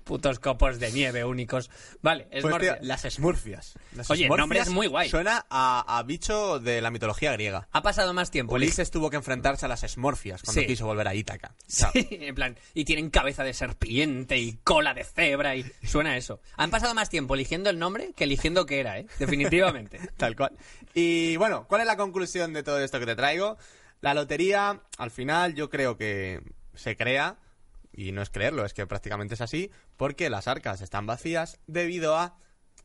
Speaker 2: Putos copos de nieve únicos. Vale, es
Speaker 3: Pues, tío,
Speaker 2: Morfeo.
Speaker 3: las esmurfias. Las
Speaker 2: Oye, el
Speaker 3: esmurfias
Speaker 2: nombre es muy guay.
Speaker 3: Suena a, a bicho de la mitología griega.
Speaker 2: Ha pasado más tiempo.
Speaker 3: Ulises tuvo que enfrentarse a las esmorfias cuando
Speaker 2: Pues Sí.
Speaker 3: quiso volver a Ítaca.
Speaker 2: Sí, en plan, y tienen cabeza de serpiente y cola de cebra y suena a eso. Han pasado más tiempo eligiendo el nombre que eligiendo qué era, ¿eh? Definitivamente.
Speaker 3: [laughs] Tal cual. Y bueno, ¿cuál es la conclusión de todo esto que te traigo? La lotería, al final, yo creo que se crea, y no es creerlo, es que prácticamente es así, porque las arcas están vacías debido a,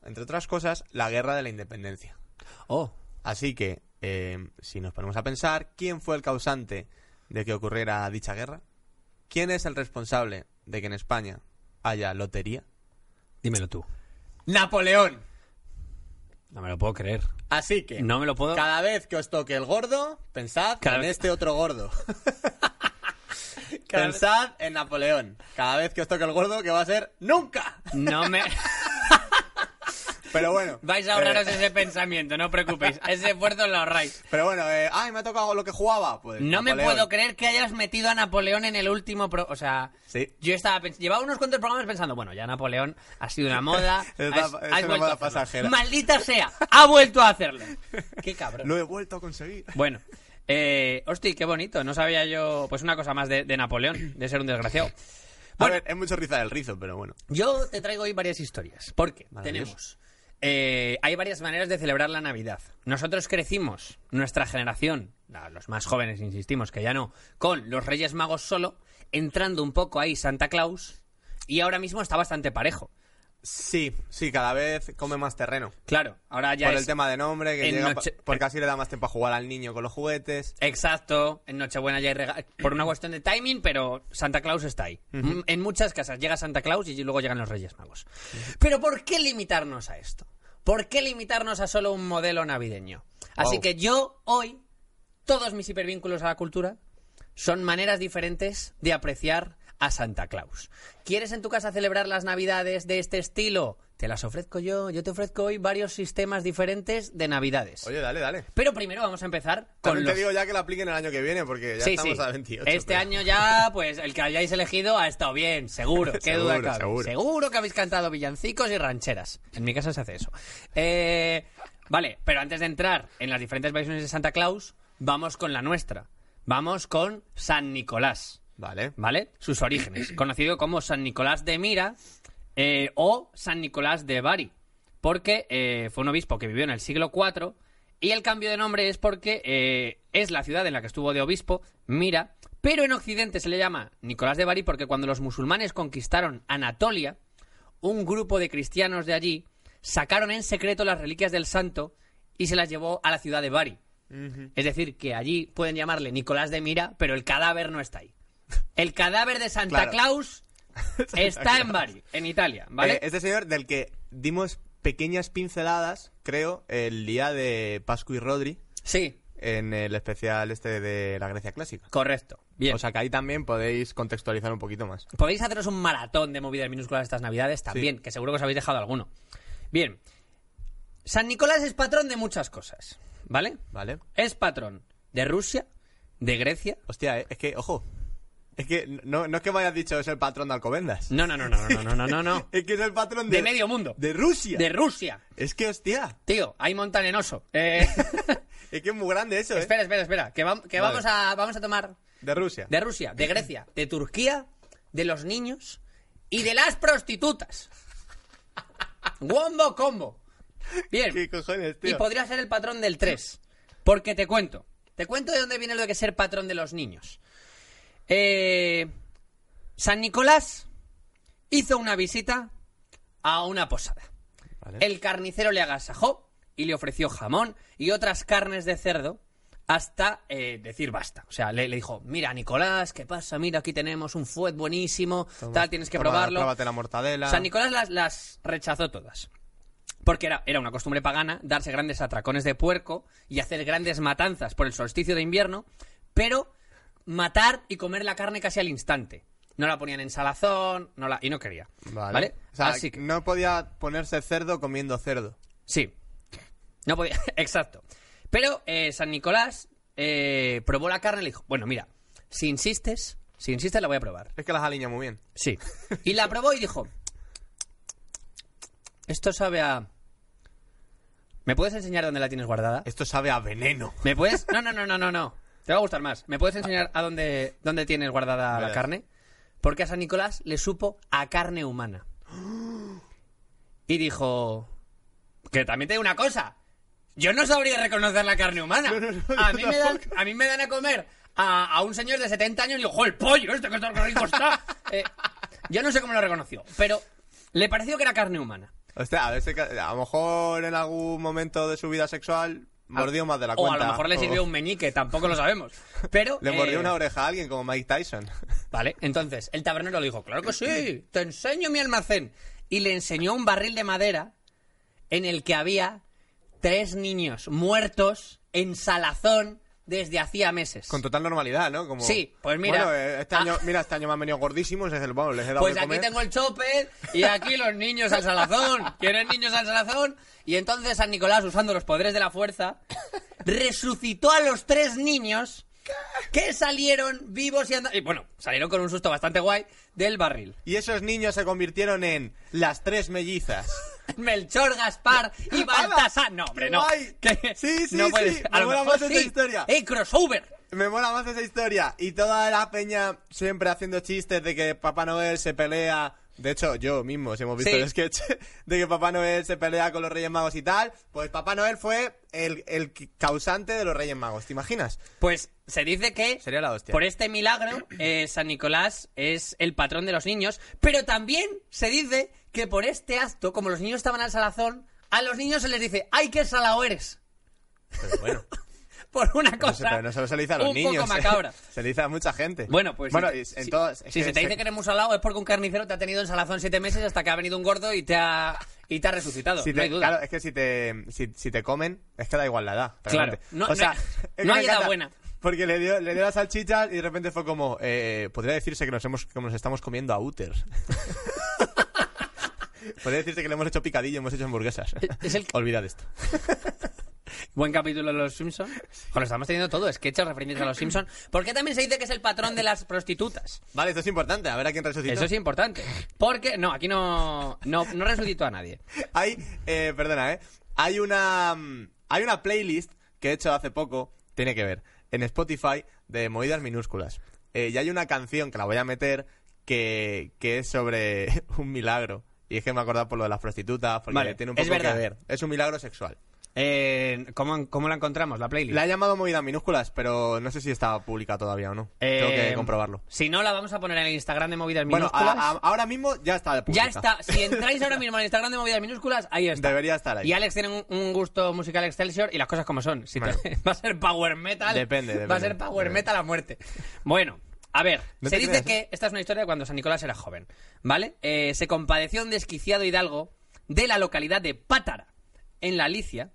Speaker 3: entre otras cosas, la guerra de la independencia.
Speaker 2: Oh,
Speaker 3: Así que, eh, si nos ponemos a pensar, ¿quién fue el causante de que ocurriera dicha guerra? ¿Quién es el responsable de que en España haya lotería?
Speaker 2: dímelo tú.
Speaker 3: Napoleón.
Speaker 2: No me lo puedo creer.
Speaker 3: Así que,
Speaker 2: No me lo puedo.
Speaker 3: cada vez que os toque el gordo, pensad
Speaker 2: Cada
Speaker 3: en
Speaker 2: vez-
Speaker 3: este
Speaker 2: [laughs]
Speaker 3: otro gordo.
Speaker 2: Cada vez-
Speaker 3: pensad en Napoleón. Cada vez que os toque el gordo, que va a ser nunca.
Speaker 2: No me. [laughs]
Speaker 3: Pero bueno.
Speaker 2: Vais a
Speaker 3: eh,
Speaker 2: ahorraros ese pensamiento, no os preocupéis. Ese esfuerzo lo ahorráis.
Speaker 3: Pero bueno, eh, ay, me ha tocado lo que jugaba. Pues,
Speaker 2: No me
Speaker 3: Napoleón.
Speaker 2: puedo creer que hayas metido a Napoleón en el último pro... O sea,
Speaker 3: Sí.
Speaker 2: yo estaba pens- llevaba unos cuantos programas pensando, bueno, ya Napoleón ha sido una moda, has-
Speaker 3: [laughs] Es la- es
Speaker 2: has
Speaker 3: una
Speaker 2: vuelto
Speaker 3: moda
Speaker 2: a hacerlo.
Speaker 3: pasajera.
Speaker 2: Maldita sea, ha vuelto a
Speaker 3: [laughs]
Speaker 2: hacerlo. Qué cabrón.
Speaker 3: Lo he vuelto a conseguir.
Speaker 2: Bueno, eh, hostia, qué bonito. No sabía yo, pues una cosa más de, de Napoleón, de ser un desgraciado.
Speaker 3: A
Speaker 2: Bueno.
Speaker 3: ver, es mucho rizar el rizo, pero bueno.
Speaker 2: Yo te traigo hoy varias historias, porque tenemos...
Speaker 3: Maravilloso.
Speaker 2: eh, hay varias maneras de celebrar la Navidad. Nosotros crecimos, nuestra generación, la- los más jóvenes, insistimos, que ya no, con los Reyes Magos solo, entrando un poco ahí Santa Claus, y ahora mismo está bastante parejo.
Speaker 3: Sí, sí, cada vez come más terreno.
Speaker 2: Claro, ahora ya
Speaker 3: por
Speaker 2: es-
Speaker 3: el tema de nombre, que
Speaker 2: en
Speaker 3: llega
Speaker 2: noche-
Speaker 3: pa- porque así le da más tiempo a jugar al niño con los juguetes.
Speaker 2: Exacto, en Nochebuena ya hay regalos. Por una cuestión de timing, pero Santa Claus está ahí. Mm, En muchas casas llega Santa Claus y luego llegan los Reyes Magos. Pero ¿por qué limitarnos a esto? ¿Por qué limitarnos a solo un modelo navideño? Así
Speaker 3: Wow.
Speaker 2: que yo hoy, todos mis hipervínculos a la cultura son maneras diferentes de apreciar a Santa Claus. ¿Quieres en tu casa celebrar las Navidades de este estilo? Te las ofrezco yo. Yo te ofrezco hoy varios sistemas diferentes de Navidades.
Speaker 3: Oye, dale, dale.
Speaker 2: Pero primero vamos a empezar con
Speaker 3: También
Speaker 2: los
Speaker 3: te digo ya que la apliquen el año que viene, porque ya
Speaker 2: Sí,
Speaker 3: estamos
Speaker 2: sí.
Speaker 3: a 28.
Speaker 2: Este
Speaker 3: pero-
Speaker 2: año ya, pues el que hayáis elegido ha estado bien, seguro. Qué duda
Speaker 3: Seguro,
Speaker 2: cabe.
Speaker 3: seguro.
Speaker 2: que habéis cantado villancicos y rancheras. En mi casa se hace eso. Eh, vale, pero antes de entrar en las diferentes versiones de Santa Claus, vamos con la nuestra. Vamos con San Nicolás.
Speaker 3: Vale.
Speaker 2: ¿vale? Sus orígenes, conocido como San Nicolás de Mira eh, o San Nicolás de Bari, porque eh, fue un obispo que vivió en el siglo IV y el cambio de nombre es porque eh, es la ciudad en la que estuvo de obispo, Mira, pero en Occidente se le llama Nicolás de Bari porque cuando los musulmanes conquistaron Anatolia, un grupo de cristianos de allí sacaron en secreto las reliquias del santo y se las llevó a la ciudad de Bari. Es decir, que allí pueden llamarle Nicolás de Mira, pero el cadáver no está ahí. El cadáver de Santa
Speaker 3: Claro. [laughs]
Speaker 2: Claus está en Bari, en Italia, ¿vale?
Speaker 3: Eh, este señor del que dimos pequeñas pinceladas, creo, el día de Pascu y Rodri
Speaker 2: Sí,
Speaker 3: en el especial este de la Grecia clásica.
Speaker 2: correcto. Bien.
Speaker 3: O sea que ahí también podéis contextualizar un poquito más.
Speaker 2: Podéis haceros un maratón de movidas minúsculas estas navidades también, que seguro que os habéis dejado alguno. Bien. San Nicolás es patrón de muchas cosas, ¿vale?
Speaker 3: Vale.
Speaker 2: Es patrón de Rusia, de Grecia.
Speaker 3: Hostia, eh, es que, ojo. Es que no, no es que me hayas dicho es el patrón de Alcobendas.
Speaker 2: No, no, no, no, no, no, no, no,
Speaker 3: [laughs]
Speaker 2: no.
Speaker 3: Es que es el patrón de.
Speaker 2: De medio mundo.
Speaker 3: De Rusia.
Speaker 2: De Rusia.
Speaker 3: Es que, hostia.
Speaker 2: Tío, hay montanenoso.
Speaker 3: [laughs]
Speaker 2: Eh,
Speaker 3: Es que es muy grande eso, ¿eh?
Speaker 2: espera, espera, espera. Que, vam- que
Speaker 3: Vale.
Speaker 2: vamos, a, vamos a tomar
Speaker 3: De Rusia.
Speaker 2: de Rusia, de Grecia, de Turquía, de los niños y de las prostitutas. Wombo combo. Bien.
Speaker 3: ¿Qué cojones,
Speaker 2: Y
Speaker 3: tío?
Speaker 2: podría ser el patrón del 3. Porque te cuento. Te cuento de dónde viene lo de que ser patrón de los niños. Eh, San Nicolás hizo una visita a una posada.
Speaker 3: Vale.
Speaker 2: El carnicero le agasajó y le ofreció jamón y otras carnes de cerdo hasta eh, decir basta. O sea, le, le dijo, mira Nicolás, ¿qué pasa? Mira, aquí tenemos un fuet buenísimo,
Speaker 3: Toma,
Speaker 2: tal, tienes que
Speaker 3: toma,
Speaker 2: probarlo.
Speaker 3: Pruébate la mortadela.
Speaker 2: San Nicolás las, las rechazó todas. Porque era, era una costumbre pagana darse grandes atracones de puerco y hacer grandes matanzas por el solsticio de invierno, pero matar y comer la carne casi al instante. No la ponían en salazón, no la, y no quería.
Speaker 3: Vale.
Speaker 2: Vale.
Speaker 3: O sea,
Speaker 2: Así que,
Speaker 3: no podía ponerse cerdo comiendo cerdo.
Speaker 2: sí. No podía, [laughs] exacto. Pero eh, San Nicolás eh, probó la carne y le dijo, bueno, mira, si insistes, si insistes la voy a probar.
Speaker 3: Es que las alinea muy bien.
Speaker 2: Sí. Y la probó y dijo: Esto sabe a. ¿Me puedes enseñar dónde la tienes guardada?
Speaker 3: Esto sabe a veneno.
Speaker 2: ¿Me puedes.? No, no, no, no, no, no. Te va a gustar más. ¿Me puedes enseñar a dónde, dónde tienes guardada
Speaker 3: Verás.
Speaker 2: la carne? Porque a San Nicolás le supo a carne humana. Y dijo. Que también te digo una cosa. Yo no sabría reconocer la carne humana. a, mí me dan, a mí me dan a comer a, a un señor de 70 años y digo, ¡jo, el pollo! Este que está rico
Speaker 3: [laughs]
Speaker 2: está. Eh, yo no sé cómo lo reconoció, pero le pareció que era carne humana.
Speaker 3: Hostia, a, ver si ca- a lo mejor en algún momento de su vida sexual mordió más de la
Speaker 2: o
Speaker 3: cuenta.
Speaker 2: a lo mejor le sirvió
Speaker 3: O
Speaker 2: un meñique, tampoco lo
Speaker 3: [laughs]
Speaker 2: sabemos. Pero.
Speaker 3: Le
Speaker 2: eh,
Speaker 3: mordió una oreja a alguien como Mike Tyson. [laughs]
Speaker 2: Vale, entonces el tabernero le dijo, claro que sí, te enseño mi almacén. Y le enseñó un barril de madera en el que había tres niños muertos en salazón desde hacía meses.
Speaker 3: Con total normalidad, ¿no? Como,
Speaker 2: Sí, pues mira.
Speaker 3: Bueno, eh, este
Speaker 2: Ah.
Speaker 3: año, mira, este año me han venido gordísimos, es el bueno, les he dado
Speaker 2: Pues
Speaker 3: de
Speaker 2: aquí
Speaker 3: comer.
Speaker 2: tengo el chopper y aquí los niños al salazón. ¿Quieren niños al salazón? Y entonces San Nicolás, usando los poderes de la fuerza, resucitó a los tres niños que salieron vivos y andando. Y bueno, salieron con un susto bastante guay del barril.
Speaker 3: Y esos niños se convirtieron en las tres mellizas.
Speaker 2: [laughs] Melchor, Gaspar
Speaker 3: [laughs]
Speaker 2: y Baltasar. No, hombre, no.
Speaker 3: Guay.
Speaker 2: Que-
Speaker 3: Sí, sí,
Speaker 2: no puede
Speaker 3: sí.
Speaker 2: ser.
Speaker 3: Me
Speaker 2: A lo
Speaker 3: mola
Speaker 2: mejor
Speaker 3: más esta
Speaker 2: sí.
Speaker 3: historia.
Speaker 2: ¡Eh, crossover!
Speaker 3: Me mola más esa historia. Y toda la peña siempre haciendo chistes de que Papá Noel se pelea. De hecho, yo mismo, si hemos visto
Speaker 2: Sí.
Speaker 3: el sketch, [laughs] de que Papá Noel se pelea con los Reyes Magos y tal. Pues Papá Noel fue el, el causante de los Reyes Magos, ¿te imaginas?
Speaker 2: Pues se dice que
Speaker 3: Sería la hostia.
Speaker 2: por este milagro eh, San Nicolás es el patrón de los niños, pero también se dice que por este acto, como los niños estaban al salazón, a los niños se les dice, ¡ay, qué salao eres!
Speaker 3: Pero bueno.
Speaker 2: [laughs] Por una
Speaker 3: No se,
Speaker 2: cosa
Speaker 3: pero no solo se le dice a los
Speaker 2: un
Speaker 3: niños. ¿eh?
Speaker 2: poco macabra.
Speaker 3: Se le dice a mucha gente.
Speaker 2: Bueno, pues
Speaker 3: Bueno,
Speaker 2: si,
Speaker 3: y-
Speaker 2: te- si-
Speaker 3: entonces. es
Speaker 2: si se te dice que eres un salao es porque un carnicero te ha tenido en salazón siete meses hasta que ha venido un gordo y te ha, y te ha resucitado.
Speaker 3: si
Speaker 2: no
Speaker 3: te-
Speaker 2: hay duda.
Speaker 3: Claro, es que si te, si, si te comen, es que da igual la edad.
Speaker 2: Claro.
Speaker 3: realmente.
Speaker 2: No-
Speaker 3: o
Speaker 2: no
Speaker 3: sea,
Speaker 2: hay-
Speaker 3: es que
Speaker 2: no
Speaker 3: me
Speaker 2: hay edad
Speaker 3: encanta,
Speaker 2: buena.
Speaker 3: Porque le dio, le dio las salchichas y de repente fue como, eh, podría decirse que nos, hemos, que nos estamos comiendo
Speaker 2: [laughs]
Speaker 3: a úters. podría decirse que le hemos hecho picadillo, hemos hecho hamburguesas.
Speaker 2: Es el-
Speaker 3: Olvidad esto.
Speaker 2: Buen capítulo de Los Simpsons. Bueno, estamos teniendo todo, sketches referentes a Los Simpsons. Porque también se dice que es el patrón de las prostitutas.
Speaker 3: Vale, esto es importante, a ver a quién resucita.
Speaker 2: Eso es importante. Porque, no, aquí no, no, no resucitó a nadie.
Speaker 3: Hay, eh, perdona, ¿eh? Hay una, mm, hay una playlist que he hecho hace poco, tiene que ver, en Spotify de movidas minúsculas. eh, y hay una canción que la voy a meter que, que es sobre [laughs] un milagro. Y es que me he acordado por lo de las prostitutas, porque
Speaker 2: Vale,
Speaker 3: tiene un
Speaker 2: es
Speaker 3: poco que
Speaker 2: verdad.
Speaker 3: ver. Es un milagro sexual.
Speaker 2: Eh, ¿cómo, cómo la encontramos, la playlist?
Speaker 3: La he llamado Movidas Minúsculas, pero no sé si está pública todavía o no. Tengo
Speaker 2: Eh,
Speaker 3: que comprobarlo.
Speaker 2: Si no, la vamos a poner en el Instagram de Movidas
Speaker 3: Bueno, a-
Speaker 2: Minúsculas.
Speaker 3: a- ahora mismo ya está
Speaker 2: ya
Speaker 3: pública.
Speaker 2: está. Si entráis ahora mismo en el Instagram de Movidas Minúsculas, ahí está.
Speaker 3: Debería estar ahí.
Speaker 2: Y Alex tiene un, un gusto musical excelsior y las cosas como son. Si te-
Speaker 3: Bueno.
Speaker 2: [laughs] va a ser power metal.
Speaker 3: Depende,
Speaker 2: Va a
Speaker 3: depende.
Speaker 2: ser power
Speaker 3: Depende.
Speaker 2: metal a muerte. Bueno, a ver.
Speaker 3: No
Speaker 2: se
Speaker 3: te
Speaker 2: dice
Speaker 3: creas,
Speaker 2: que esta es una historia de cuando San Nicolás era joven, ¿vale? Eh, se compadeció un desquiciado hidalgo de la localidad de Pátara, en la Alicia,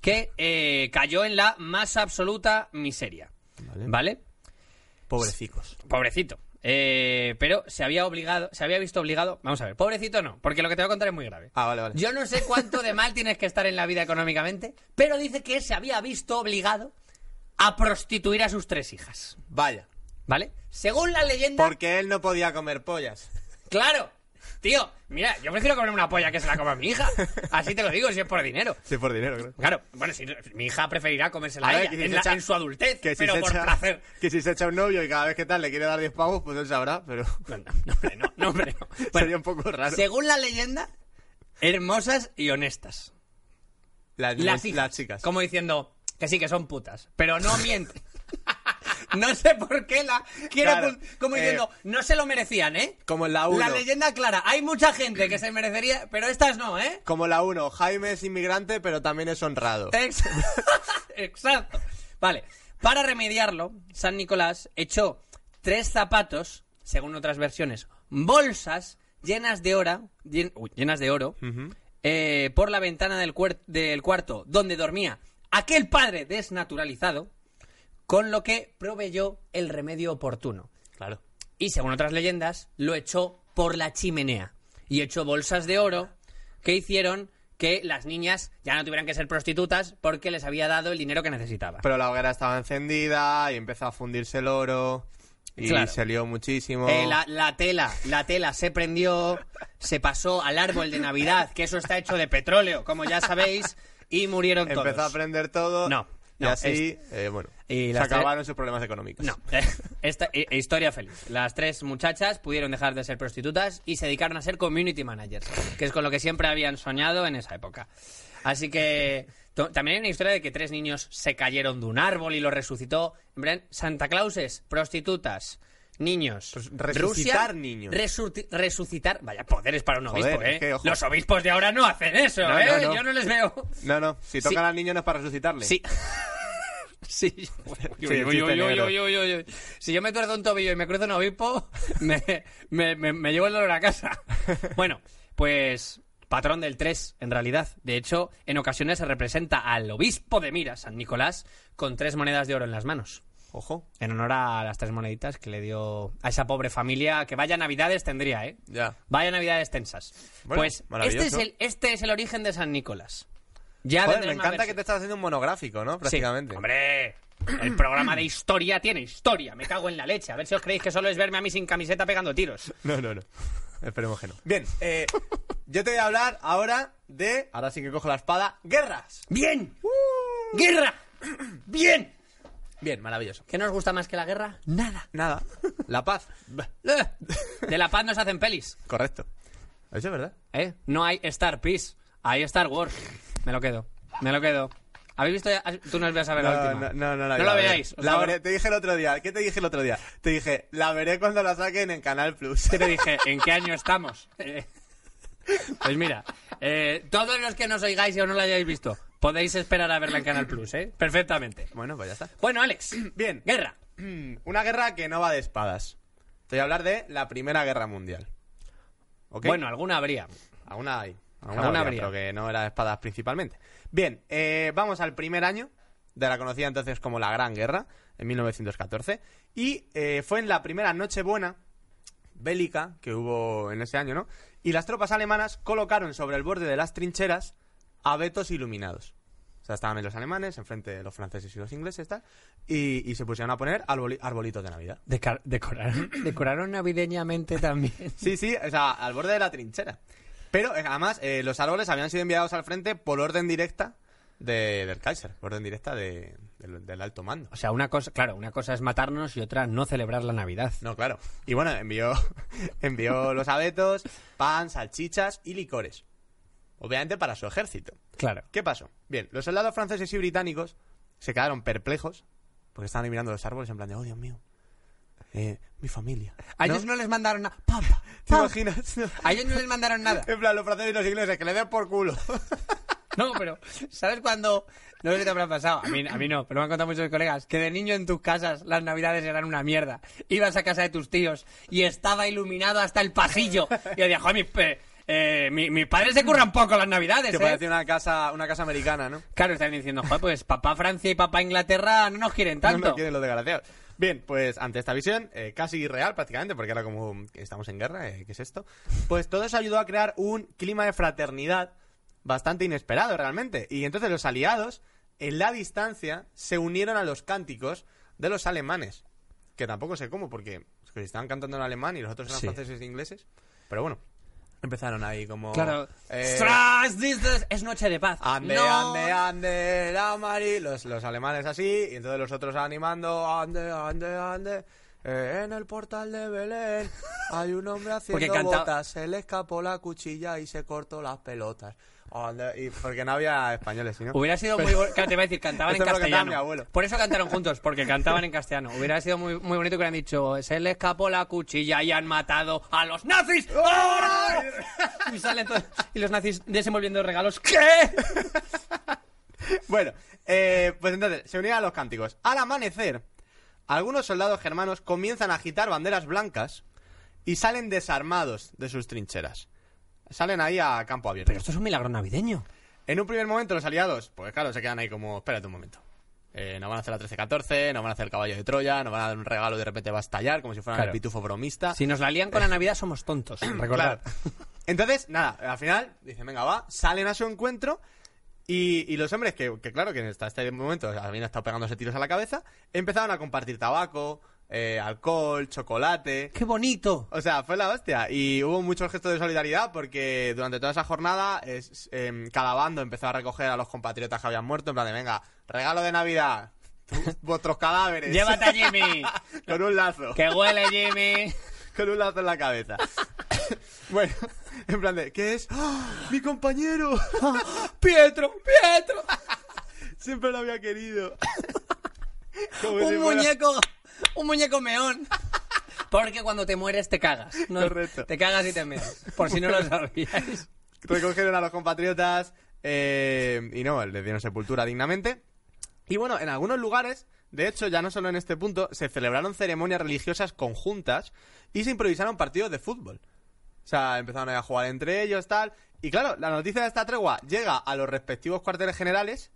Speaker 2: que eh, cayó en la más absoluta miseria.
Speaker 3: Vale.
Speaker 2: ¿Vale?
Speaker 3: [laughs] Pobrecicos.
Speaker 2: Pobrecito. Eh, pero se había obligado, se había visto obligado. Vamos a ver, pobrecito no, porque lo que te voy a contar es muy grave.
Speaker 3: Ah, vale, vale.
Speaker 2: Yo no sé cuánto de mal tienes que estar en la vida económicamente, pero dice que se había visto obligado a prostituir a sus tres hijas.
Speaker 3: Vaya.
Speaker 2: ¿Vale? Según la leyenda.
Speaker 3: Porque él no podía comer pollas. [laughs]
Speaker 2: Claro, tío, mira, yo prefiero comer una polla que se la coma mi hija. Así te lo digo, si es por dinero.
Speaker 3: Sí, por dinero, creo.
Speaker 2: Claro, bueno, si, mi hija preferirá comérsela
Speaker 3: A
Speaker 2: a
Speaker 3: ver,
Speaker 2: ella,
Speaker 3: que si
Speaker 2: en,
Speaker 3: se
Speaker 2: la-
Speaker 3: echa-
Speaker 2: en su adultez,
Speaker 3: Que si,
Speaker 2: pero
Speaker 3: se
Speaker 2: por
Speaker 3: echa,
Speaker 2: placer.
Speaker 3: [laughs] que si se echa un novio y cada vez que tal le quiere dar 10 pavos, pues él sabrá, pero [laughs]
Speaker 2: No, no, no, hombre, no, no, hombre, no. Bueno,
Speaker 3: sería un poco raro.
Speaker 2: Según la leyenda, hermosas y honestas.
Speaker 3: Las,
Speaker 2: Las,
Speaker 3: las
Speaker 2: hijas.
Speaker 3: chicas.
Speaker 2: Como diciendo que sí, que son putas, pero
Speaker 3: [laughs]
Speaker 2: no mienten. [laughs] no sé por qué la quiero
Speaker 3: Claro,
Speaker 2: apunt- Como
Speaker 3: eh,
Speaker 2: diciendo, no se lo merecían, ¿eh?
Speaker 3: Como en la
Speaker 2: La
Speaker 3: 1.
Speaker 2: leyenda clara. Hay mucha gente que se merecería, pero estas no, ¿eh?
Speaker 3: Como la 1. Jaime es inmigrante, pero también es honrado.
Speaker 2: Ex- [laughs] Exacto. Vale. Para remediarlo, San Nicolás echó tres zapatos, según otras versiones, bolsas llenas de oro, llen- uy, llenas de oro, eh, por la ventana del, cuer- del cuarto donde dormía aquel padre desnaturalizado, con lo que proveyó el remedio oportuno.
Speaker 3: Claro.
Speaker 2: Y según otras leyendas, lo echó por la chimenea. Y echó bolsas de oro que hicieron que las niñas ya no tuvieran que ser prostitutas porque les había dado el dinero que necesitaba.
Speaker 3: Pero la hoguera estaba encendida y empezó a fundirse el oro. Y
Speaker 2: Claro.
Speaker 3: se lió muchísimo.
Speaker 2: Eh, la, la tela, la tela se prendió, se pasó al árbol de Navidad, que eso está hecho de petróleo, como ya sabéis, y murieron todos.
Speaker 3: Empezó a prender todo.
Speaker 2: No,
Speaker 3: Y
Speaker 2: no,
Speaker 3: así, eh, bueno,
Speaker 2: Y
Speaker 3: se
Speaker 2: las tres-
Speaker 3: acabaron sus problemas económicos.
Speaker 2: No, esta eh, historia feliz. Las tres muchachas pudieron dejar de ser prostitutas y se dedicaron a ser community managers, que es con lo que siempre habían soñado en esa época. Así que to- también hay una historia de que tres niños se cayeron de un árbol y los resucitó. En plan, Santa Clauses, prostitutas, niños.
Speaker 3: Res- Pues resucitar
Speaker 2: Rusia,
Speaker 3: niños.
Speaker 2: resurti- resucitar. Vaya, poderes para un obispo,
Speaker 3: Joder,
Speaker 2: ¿eh?
Speaker 3: es que, ojo.
Speaker 2: Los obispos de ahora no hacen eso,
Speaker 3: No,
Speaker 2: ¿eh?
Speaker 3: no, no.
Speaker 2: Yo no les veo.
Speaker 3: No, no, si tocan
Speaker 2: Sí.
Speaker 3: al niño no es para resucitarle.
Speaker 2: Sí. [laughs] Sí. Uy,
Speaker 3: Sí,
Speaker 2: uy, uy,
Speaker 3: chiste
Speaker 2: uy,
Speaker 3: negro.
Speaker 2: uy, uy, uy, uy. Si yo me tuerzo un tobillo y me cruzo un obispo, [laughs] me, me- me- me llevo el dolor a casa. [laughs] Bueno, pues patrón del 3, en realidad. De hecho, en ocasiones se representa al obispo de Mira, San Nicolás, con tres monedas de oro en las manos.
Speaker 3: Ojo.
Speaker 2: En honor a las tres moneditas que le dio a esa pobre familia que vaya navidades tendría, ¿eh?
Speaker 3: Ya.
Speaker 2: Vaya navidades tensas.
Speaker 3: Bueno,
Speaker 2: pues este
Speaker 3: maravilloso.
Speaker 2: es, el, este es el origen de San Nicolás. Ya
Speaker 3: Joder, me
Speaker 2: vendremos a
Speaker 3: encanta
Speaker 2: ver
Speaker 3: que
Speaker 2: si-
Speaker 3: te estás haciendo un monográfico, ¿no? Prácticamente.
Speaker 2: Sí. Hombre, el programa de historia tiene historia. Me cago en la leche. A ver si os creéis que solo es verme a mí sin camiseta pegando tiros.
Speaker 3: No, no, no. Esperemos que no. Bien, eh, yo te voy a hablar ahora de. Ahora sí que cojo la espada. Guerras.
Speaker 2: ¡Bien! ¡Guerra! ¡Bien!
Speaker 3: Bien, maravilloso.
Speaker 2: ¿Qué nos gusta más que la guerra? Nada.
Speaker 3: Nada. La paz.
Speaker 2: Eh. De la paz nos hacen pelis.
Speaker 3: Correcto. Eso es verdad.
Speaker 2: ¿Eh? No hay Star Peace. Hay Star Wars. Me lo quedo. Me lo quedo. ¿Habéis visto? ya? Ah, Tú no vas a ver la
Speaker 3: No,
Speaker 2: última.
Speaker 3: no, no, no la
Speaker 2: No
Speaker 3: iba
Speaker 2: la
Speaker 3: a ver.
Speaker 2: veáis. por
Speaker 3: La
Speaker 2: favor.
Speaker 3: veré. Te dije el otro día. ¿Qué te dije el otro día? Te dije, la veré cuando la saquen en Canal Plus.
Speaker 2: que te dije, ¿en qué año estamos? Eh, Pues mira, eh, todos los que nos oigáis y aún no la hayáis visto, podéis esperar a verla en Canal Plus, ¿eh? Perfectamente.
Speaker 3: Bueno, pues ya está.
Speaker 2: Bueno, Alex.
Speaker 3: Bien. [clears throat]
Speaker 2: Guerra.
Speaker 3: Mm, Una guerra que no va de espadas. Te voy a hablar de la Primera Guerra Mundial. ¿Ok?
Speaker 2: Bueno, alguna habría.
Speaker 3: Aún hay. Aún,
Speaker 2: Aún
Speaker 3: habría,
Speaker 2: habría.
Speaker 3: pero que no era de espadas principalmente. Bien, eh, vamos al primer año de la conocida entonces como la Gran Guerra, en 1914. Y eh, fue en la primera Nochebuena bélica que hubo en ese año, ¿no? Y las tropas alemanas colocaron sobre el borde de las trincheras abetos iluminados. O sea, estaban los alemanes, enfrente de los franceses y los ingleses, tal, y, y se pusieron a poner arboli- arbolitos de Navidad.
Speaker 2: decoraron, [clears throat] decoraron navideñamente también.
Speaker 3: Sí, sí, o sea, al borde de la trinchera. Pero eh, además, eh, los árboles habían sido enviados al frente por orden directa de- del Kaiser, orden directa de- del, del alto mando.
Speaker 2: O sea, una cosa, claro, una cosa es matarnos y otra no celebrar la Navidad.
Speaker 3: No, claro. Y bueno, envió, [laughs] envió los abetos, pan, salchichas y licores. Obviamente para su ejército.
Speaker 2: Claro.
Speaker 3: ¿Qué pasó? Bien, los soldados franceses y británicos se quedaron perplejos porque estaban ahí mirando los árboles en plan de, oh Dios mío, eh, mi familia.
Speaker 2: A
Speaker 3: ¿No?
Speaker 2: ellos no les mandaron nada. Papá,
Speaker 3: ¿Te
Speaker 2: papá.
Speaker 3: imaginas? [laughs]
Speaker 2: A ellos no les mandaron nada.
Speaker 3: En plan, los franceses y los ingleses, que le den por culo.
Speaker 2: No, pero ¿sabes cuándo? No sé si te habrá pasado. A mí, a mí no, pero me han contado muchos colegas que de niño en tus casas las navidades eran una mierda. Ibas a casa de tus tíos y estaba iluminado hasta el pasillo. Y yo decía, joder, mis, pe- eh, mi- mis padres se curran poco las navidades,
Speaker 3: Que
Speaker 2: ¿eh?
Speaker 3: parecía una casa, una casa americana, ¿no?
Speaker 2: Claro, están diciendo, joder, pues papá Francia y papá Inglaterra no nos quieren tanto.
Speaker 3: No, no quieren los desgraciados. Bien, pues ante esta visión, eh, casi irreal prácticamente, porque era como mm, que estamos en guerra, eh, ¿qué es esto? Pues todo eso ayudó a crear un clima de fraternidad bastante inesperado realmente. Y entonces los aliados, en la distancia, se unieron a los cánticos de los alemanes. Que tampoco sé cómo, porque es que estaban cantando en alemán y los otros eran
Speaker 2: Sí.
Speaker 3: franceses e ingleses. Pero bueno, empezaron ahí como...
Speaker 2: Claro.
Speaker 3: eh,
Speaker 2: Tras this- this- es noche de paz.
Speaker 3: Ande,
Speaker 2: No.
Speaker 3: ande, ande, la Mari. Los, los alemanes así, y entonces los otros animando, ande, ande, ande. Eh, en el portal de Belén hay un hombre haciendo
Speaker 2: Porque canta-
Speaker 3: botas, se le escapó la cuchilla y se cortó las pelotas. Ande- y porque no había españoles, sino.
Speaker 2: Hubiera sido muy bueno. Te iba a decir,
Speaker 3: [laughs]
Speaker 2: cantaban en
Speaker 3: Esto es lo que cantaba
Speaker 2: castellano.
Speaker 3: mi abuelo.
Speaker 2: Por eso cantaron juntos, porque cantaban en castellano. Hubiera sido muy, muy bonito que hubieran dicho: Se le escapó la cuchilla y han matado a los nazis. ¡Ahora! y salen todos. Y los nazis desenvolviendo regalos. ¿Qué?
Speaker 3: Bueno, eh, pues entonces, se unían a los cánticos. Al amanecer, algunos soldados germanos comienzan a agitar banderas blancas y salen desarmados de sus trincheras. Salen ahí a campo abierto.
Speaker 2: Pero esto es un milagro navideño.
Speaker 3: En un primer momento los aliados, pues claro, se quedan ahí como, espérate un momento. Eh, nos van a hacer la 13-14, nos van a hacer el caballo de Troya, nos van a dar un regalo y de repente va a estallar como si fueran
Speaker 2: Claro.
Speaker 3: el pitufo bromista.
Speaker 2: Si nos la lían con la Navidad, somos tontos. Recordad.
Speaker 3: Claro. Entonces, nada, al final dicen, venga, va, salen a su encuentro y, y los hombres, que, que claro, que hasta este momento habían estado pegándose tiros a la cabeza, empezaron a compartir tabaco, eh, alcohol, chocolate.
Speaker 2: ¡Qué bonito!
Speaker 3: O sea, fue la hostia. Y hubo muchos gestos de solidaridad porque durante toda esa jornada es, em, cada bando empezó a recoger a los compatriotas que habían muerto. En plan de, venga, regalo de Navidad, vuestros cadáveres.
Speaker 2: ¡Llévate a Jimmy!
Speaker 3: [laughs] con un lazo.
Speaker 2: ¡Que huele,
Speaker 3: [laughs]
Speaker 2: Jimmy!
Speaker 3: Con un lazo en la cabeza. [laughs] bueno, [laughs] en plan de, ¿qué es? ¡Ah! ¡Mi compañero! ¡Pietro! ¡Pietro! [laughs] Siempre lo había querido. Como si
Speaker 2: un
Speaker 3: fuera-
Speaker 2: muñeco, un muñeco meón. Porque cuando te mueres te cagas. ¿no?
Speaker 3: Correcto.
Speaker 2: Te cagas y te meas. Por si no lo sabíais.
Speaker 3: recogieron a los compatriotas eh, y no, les dieron sepultura dignamente. Y bueno, en algunos lugares, de hecho, ya no solo en este punto, se celebraron ceremonias religiosas conjuntas y se improvisaron partidos de fútbol. O sea, empezaron ahí a jugar entre ellos, tal. Y claro, la noticia de esta tregua llega a los respectivos cuarteles generales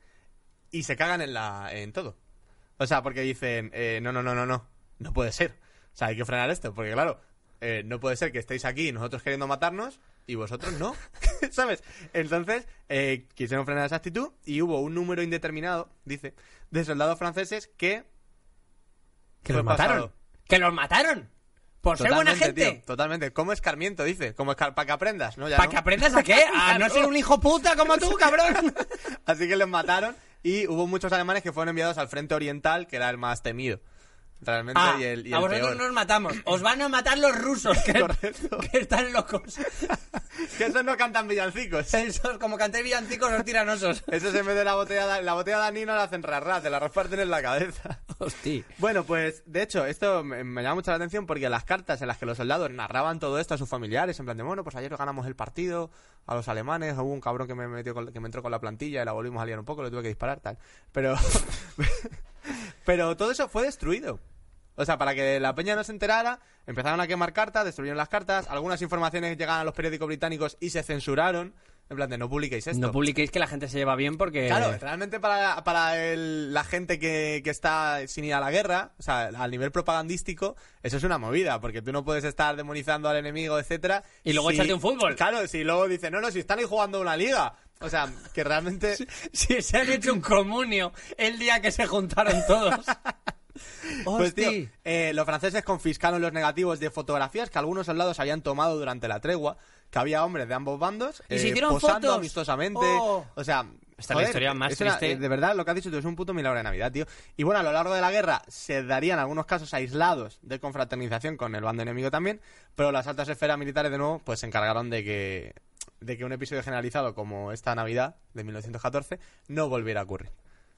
Speaker 3: y se cagan en, la, en todo. O sea, porque dicen, eh, no, no, no, no, no, no puede ser. O sea, hay que frenar esto, porque claro, eh, no puede ser que estéis aquí nosotros queriendo matarnos y vosotros no, [laughs] ¿sabes? Entonces, eh, quisieron frenar esa actitud y hubo un número indeterminado, dice, de soldados franceses que...
Speaker 2: Que
Speaker 3: fue
Speaker 2: los mataron.
Speaker 3: pasado.
Speaker 2: Que los mataron. Por ser buena
Speaker 3: Totalmente,
Speaker 2: gente.
Speaker 3: tío, totalmente. Como escarmiento, dice. Como para que aprendas, ¿no? Ya
Speaker 2: Para
Speaker 3: no.
Speaker 2: que aprendas a qué? A no
Speaker 3: [laughs]
Speaker 2: ser un hijo puta como tú, cabrón.
Speaker 3: Así que los mataron y hubo muchos alemanes que fueron enviados al frente oriental, que era el más temido. Realmente,
Speaker 2: Ah,
Speaker 3: y el, y
Speaker 2: a
Speaker 3: el
Speaker 2: vosotros
Speaker 3: peor.
Speaker 2: nos matamos. Os van a matar los rusos, que,
Speaker 3: Correcto.
Speaker 2: que están locos. [laughs]
Speaker 3: [laughs] que esos no cantan villancicos.
Speaker 2: Esos, como canté villancicos, los tiranosos.
Speaker 3: Eso se mete la botella, de- la botella de Nino la hacen rarra, te la reparten en la cabeza.
Speaker 2: [laughs] Hostia.
Speaker 3: [laughs] Bueno, pues de hecho, esto me, me llama mucho la atención porque las cartas en las que los soldados narraban todo esto a sus familiares, en plan de, bueno, pues ayer ganamos el partido a los alemanes, hubo un cabrón que me, metió con- que me entró con la plantilla y la volvimos a liar un poco, le tuve que disparar, tal. Pero, [laughs] pero todo eso fue destruido. O sea, para que la peña no se enterara, empezaron a quemar cartas, destruyeron las cartas, algunas informaciones llegaban a los periódicos británicos y se censuraron, en plan de, no publiquéis esto.
Speaker 2: No publiquéis que la gente se lleva bien porque.
Speaker 3: Claro,
Speaker 2: [laughs]
Speaker 3: realmente para, para el- la gente que, que está sin ir a la guerra, o sea, a nivel propagandístico, eso es una movida, porque tú no puedes estar demonizando al enemigo, etcétera.
Speaker 2: Y luego échate un fútbol.
Speaker 3: Claro, si luego dicen, no, no, si están ahí jugando una liga. O sea, que realmente...
Speaker 2: Si se han hecho un comunio el día que se juntaron todos.
Speaker 3: [laughs] Pues tío,
Speaker 2: Hosti.
Speaker 3: eh, los franceses confiscaron los negativos de fotografías que algunos soldados habían tomado durante la tregua, que había hombres de ambos bandos
Speaker 2: Y se
Speaker 3: eh,
Speaker 2: hicieron
Speaker 3: posando
Speaker 2: fotos.
Speaker 3: amistosamente.
Speaker 2: Oh.
Speaker 3: O sea,
Speaker 2: Esta es la
Speaker 3: Joder,
Speaker 2: historia más
Speaker 3: es una-
Speaker 2: triste.
Speaker 3: de verdad, lo que has dicho tú es un puto milagro de Navidad, tío. Y bueno, a lo largo de la guerra se darían algunos casos aislados de confraternización con el bando enemigo también, pero las altas esferas militares de nuevo pues se encargaron de que, de que un episodio generalizado como esta Navidad de 1914 no volviera a ocurrir.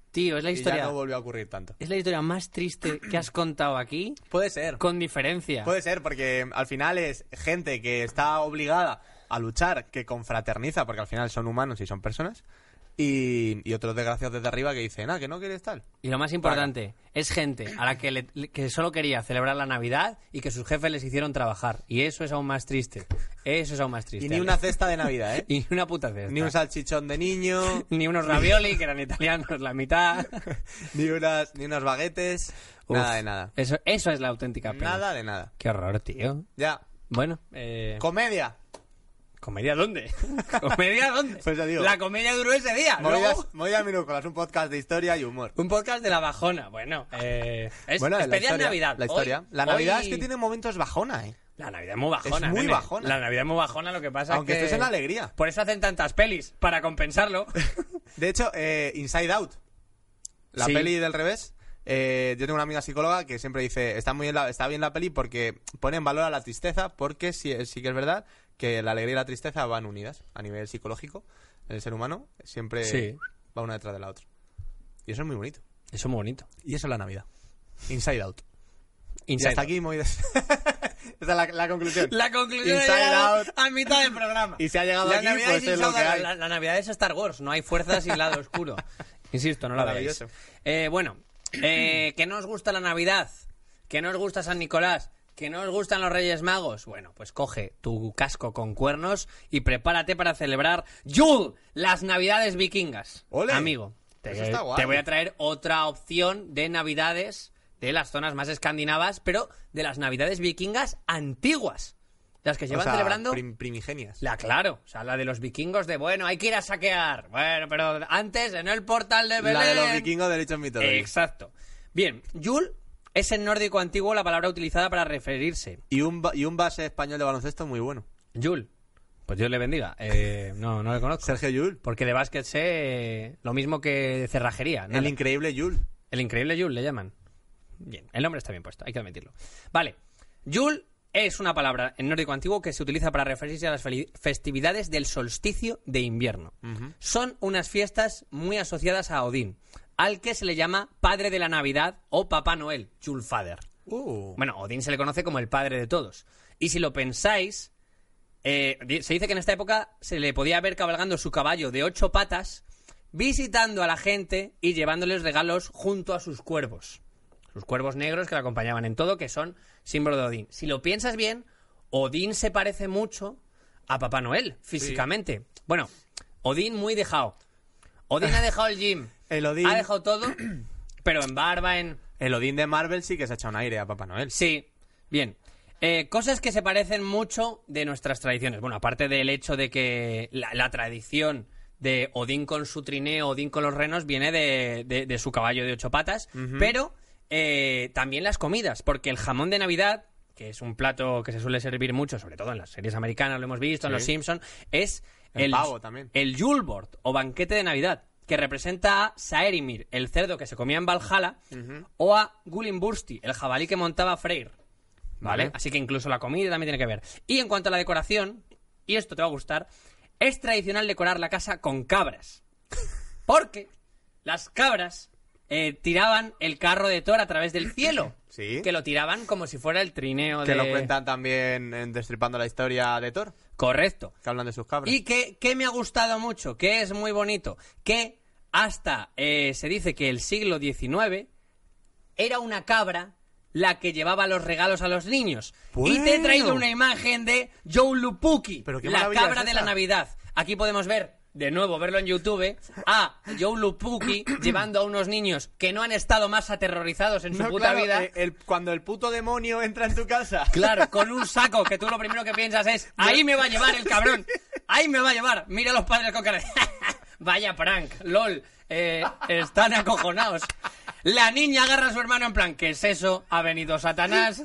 Speaker 2: Tío, es la
Speaker 3: Y ya
Speaker 2: historia.
Speaker 3: no volvió a ocurrir tanto.
Speaker 2: Es la historia más triste que has contado aquí,
Speaker 3: Puede ser.
Speaker 2: con diferencia.
Speaker 3: Puede ser, porque al final es gente que está obligada a luchar, que confraterniza, porque al final son humanos y son personas, y, y otros desgraciados desde arriba que dicen, ah, que no quieres tal.
Speaker 2: Y lo más importante, es gente a la que, le- le- que solo quería celebrar la Navidad y que sus jefes les hicieron trabajar. Y eso es aún más triste. Eso es aún más triste.
Speaker 3: Y ni una cesta de Navidad, ¿eh?
Speaker 2: [laughs] Y ni una puta cesta.
Speaker 3: ni un salchichón de niño,
Speaker 2: [laughs] Ni unos ravioli, que eran italianos, la mitad.
Speaker 3: ni unas, ni unos baguetes,
Speaker 2: Uf,
Speaker 3: [laughs] nada de nada.
Speaker 2: Eso, eso es la auténtica pena.
Speaker 3: Nada de nada.
Speaker 2: Qué horror, tío.
Speaker 3: Ya.
Speaker 2: Bueno, eh,
Speaker 3: Comedia.
Speaker 2: ¿comedia dónde? [laughs] ¿Comedia dónde?
Speaker 3: Pues ya digo.
Speaker 2: La comedia duró ese día.
Speaker 3: Movidas,
Speaker 2: luego-
Speaker 3: movidas minúsculas, un podcast de historia y humor.
Speaker 2: Un podcast de la bajona. Bueno, eh, es
Speaker 3: Bueno, la
Speaker 2: especial
Speaker 3: historia-
Speaker 2: Navidad.
Speaker 3: La historia.
Speaker 2: Hoy-
Speaker 3: la Navidad
Speaker 2: hoy-
Speaker 3: es que tiene momentos bajona, ¿eh?
Speaker 2: La Navidad es muy bajona.
Speaker 3: Es muy
Speaker 2: nene.
Speaker 3: bajona.
Speaker 2: La Navidad es muy bajona, lo que pasa
Speaker 3: Aunque
Speaker 2: es que...
Speaker 3: estés en la alegría.
Speaker 2: Por eso hacen tantas pelis, para
Speaker 3: [laughs]
Speaker 2: compensarlo.
Speaker 3: De hecho, eh, Inside Out, la
Speaker 2: Sí.
Speaker 3: peli del revés. eh, yo tengo una amiga psicóloga que siempre dice, está muy bien la, está bien la peli porque pone en valor a la tristeza, porque sí, eh, sí que es verdad que la alegría y la tristeza van unidas a nivel psicológico. El ser humano siempre
Speaker 2: Sí.
Speaker 3: va una detrás de la otra. Y eso es muy bonito.
Speaker 2: Eso es muy bonito.
Speaker 3: Y eso es la Navidad. Inside Out. Y
Speaker 2: Inside
Speaker 3: hasta
Speaker 2: Out.
Speaker 3: aquí movidas. [laughs] Esa es la,
Speaker 2: [laughs]
Speaker 3: la conclusión.
Speaker 2: La conclusión
Speaker 3: Inside
Speaker 2: es
Speaker 3: Out.
Speaker 2: a mitad del programa.
Speaker 3: Y se ha llegado
Speaker 2: la
Speaker 3: aquí,
Speaker 2: Navidad
Speaker 3: pues
Speaker 2: es
Speaker 3: es lo
Speaker 2: Inside
Speaker 3: que
Speaker 2: Out,
Speaker 3: hay.
Speaker 2: La, la Navidad es Star Wars, no hay fuerza sin lado
Speaker 3: [laughs]
Speaker 2: oscuro. Insisto, no la veáis.
Speaker 3: Maravilloso.
Speaker 2: Eh, bueno, eh, que no os gusta la Navidad, que no os gusta San Nicolás, que no os gustan los Reyes Magos. Bueno, pues coge tu casco con cuernos y prepárate para celebrar Yule, las Navidades vikingas.
Speaker 3: ¡Ole! Pues
Speaker 2: Amigo, te,
Speaker 3: Eso está guay.
Speaker 2: te voy a traer otra opción de Navidades de las zonas más escandinavas, pero de las Navidades vikingas antiguas. Las que
Speaker 3: O
Speaker 2: llevan
Speaker 3: sea,
Speaker 2: celebrando
Speaker 3: prim- primigenias.
Speaker 2: la claro, o sea, la de los vikingos de bueno, hay que ir a saquear. Bueno, pero antes en el portal de Belén.
Speaker 3: La de los vikingos derechos mitológicos.
Speaker 2: Exacto. Bien, Yul es en nórdico antiguo la palabra utilizada para referirse.
Speaker 3: Y un, ba- y un base español de baloncesto muy bueno.
Speaker 2: Yul. Pues Dios le bendiga. Eh, no, no le conozco.
Speaker 3: Sergio Yul.
Speaker 2: Porque de básquet sé eh, lo mismo que de cerrajería. nada.
Speaker 3: El increíble Yul.
Speaker 2: El increíble Yul le llaman. Bien, el nombre está bien puesto, hay que admitirlo. Vale, Yul es una palabra en nórdico antiguo que se utiliza para referirse a las feli- festividades del solsticio de invierno. Son unas fiestas muy asociadas a Odín, al que se le llama padre de la Navidad o Papá Noel, Yulfader.
Speaker 3: Uh.
Speaker 2: Bueno, Odín se le conoce como el padre de todos. Y si lo pensáis, eh, di- se dice que en esta época se le podía ver cabalgando su caballo de ocho patas, visitando a la gente y llevándoles regalos junto a sus cuervos. Sus cuervos negros que lo acompañaban en todo, que son símbolo de Odín. Si lo piensas bien, Odín se parece mucho a Papá Noel, físicamente. Bueno, Odín muy dejado. Odín
Speaker 3: [laughs]
Speaker 2: ha dejado el gym.
Speaker 3: El Odín-
Speaker 2: Ha dejado todo, pero en barba, en...
Speaker 3: El Odín de Marvel sí que se ha echado un aire a Papá Noel.
Speaker 2: Sí, bien. Eh, cosas que se parecen mucho de nuestras tradiciones. Bueno, aparte del hecho de que la, la tradición de Odín con su trineo, Odín con los renos, viene de, de- de su caballo de ocho patas, pero eh, también las comidas, porque el jamón de Navidad, que es un plato que se suele servir mucho, sobre todo en las series americanas, lo hemos visto, en Los Simpson, es
Speaker 3: El pavo también.
Speaker 2: el Yulbord o banquete de Navidad, que representa a Saerimir, el cerdo que se comía en Valhalla, o a Gulimbursti, el jabalí que montaba Freyr. ¿Vale?
Speaker 3: Vale.
Speaker 2: Así que incluso la comida también tiene que ver. Y en cuanto a la decoración, y esto te va a gustar, es tradicional decorar la casa con cabras. Porque las cabras eh, tiraban el carro de Thor a través del cielo.
Speaker 3: Sí.
Speaker 2: Que lo tiraban como si fuera el trineo
Speaker 3: Que
Speaker 2: de...
Speaker 3: lo cuentan también en Destripando la historia de Thor,
Speaker 2: Correcto.
Speaker 3: que hablan de sus cabras.
Speaker 2: Y que, que me ha gustado mucho, que es muy bonito, que hasta eh, se dice que el siglo XIX era una cabra la que llevaba los regalos a los niños. Y te he traído
Speaker 3: Bueno.
Speaker 2: una imagen de Joe Lupuki,
Speaker 3: Pero qué
Speaker 2: la
Speaker 3: maravilla
Speaker 2: cabra
Speaker 3: es
Speaker 2: de la
Speaker 3: esa.
Speaker 2: Navidad. Aquí podemos ver, de nuevo, verlo en YouTube, a Joe
Speaker 3: [coughs]
Speaker 2: Lupuki llevando a unos niños que no han estado más aterrorizados en su
Speaker 3: No,
Speaker 2: puta
Speaker 3: claro,
Speaker 2: vida.
Speaker 3: eh, el- cuando el puto demonio entra en
Speaker 2: [laughs]
Speaker 3: tu casa.
Speaker 2: Claro, con un saco que tú lo primero que piensas es, ahí me va a llevar el cabrón, ahí me va a llevar. Mira a los padres con cara de, [laughs] vaya prank, lol, eh, están acojonados. La niña agarra a su hermano en plan, ¿qué es eso? ¿Ha venido Satanás?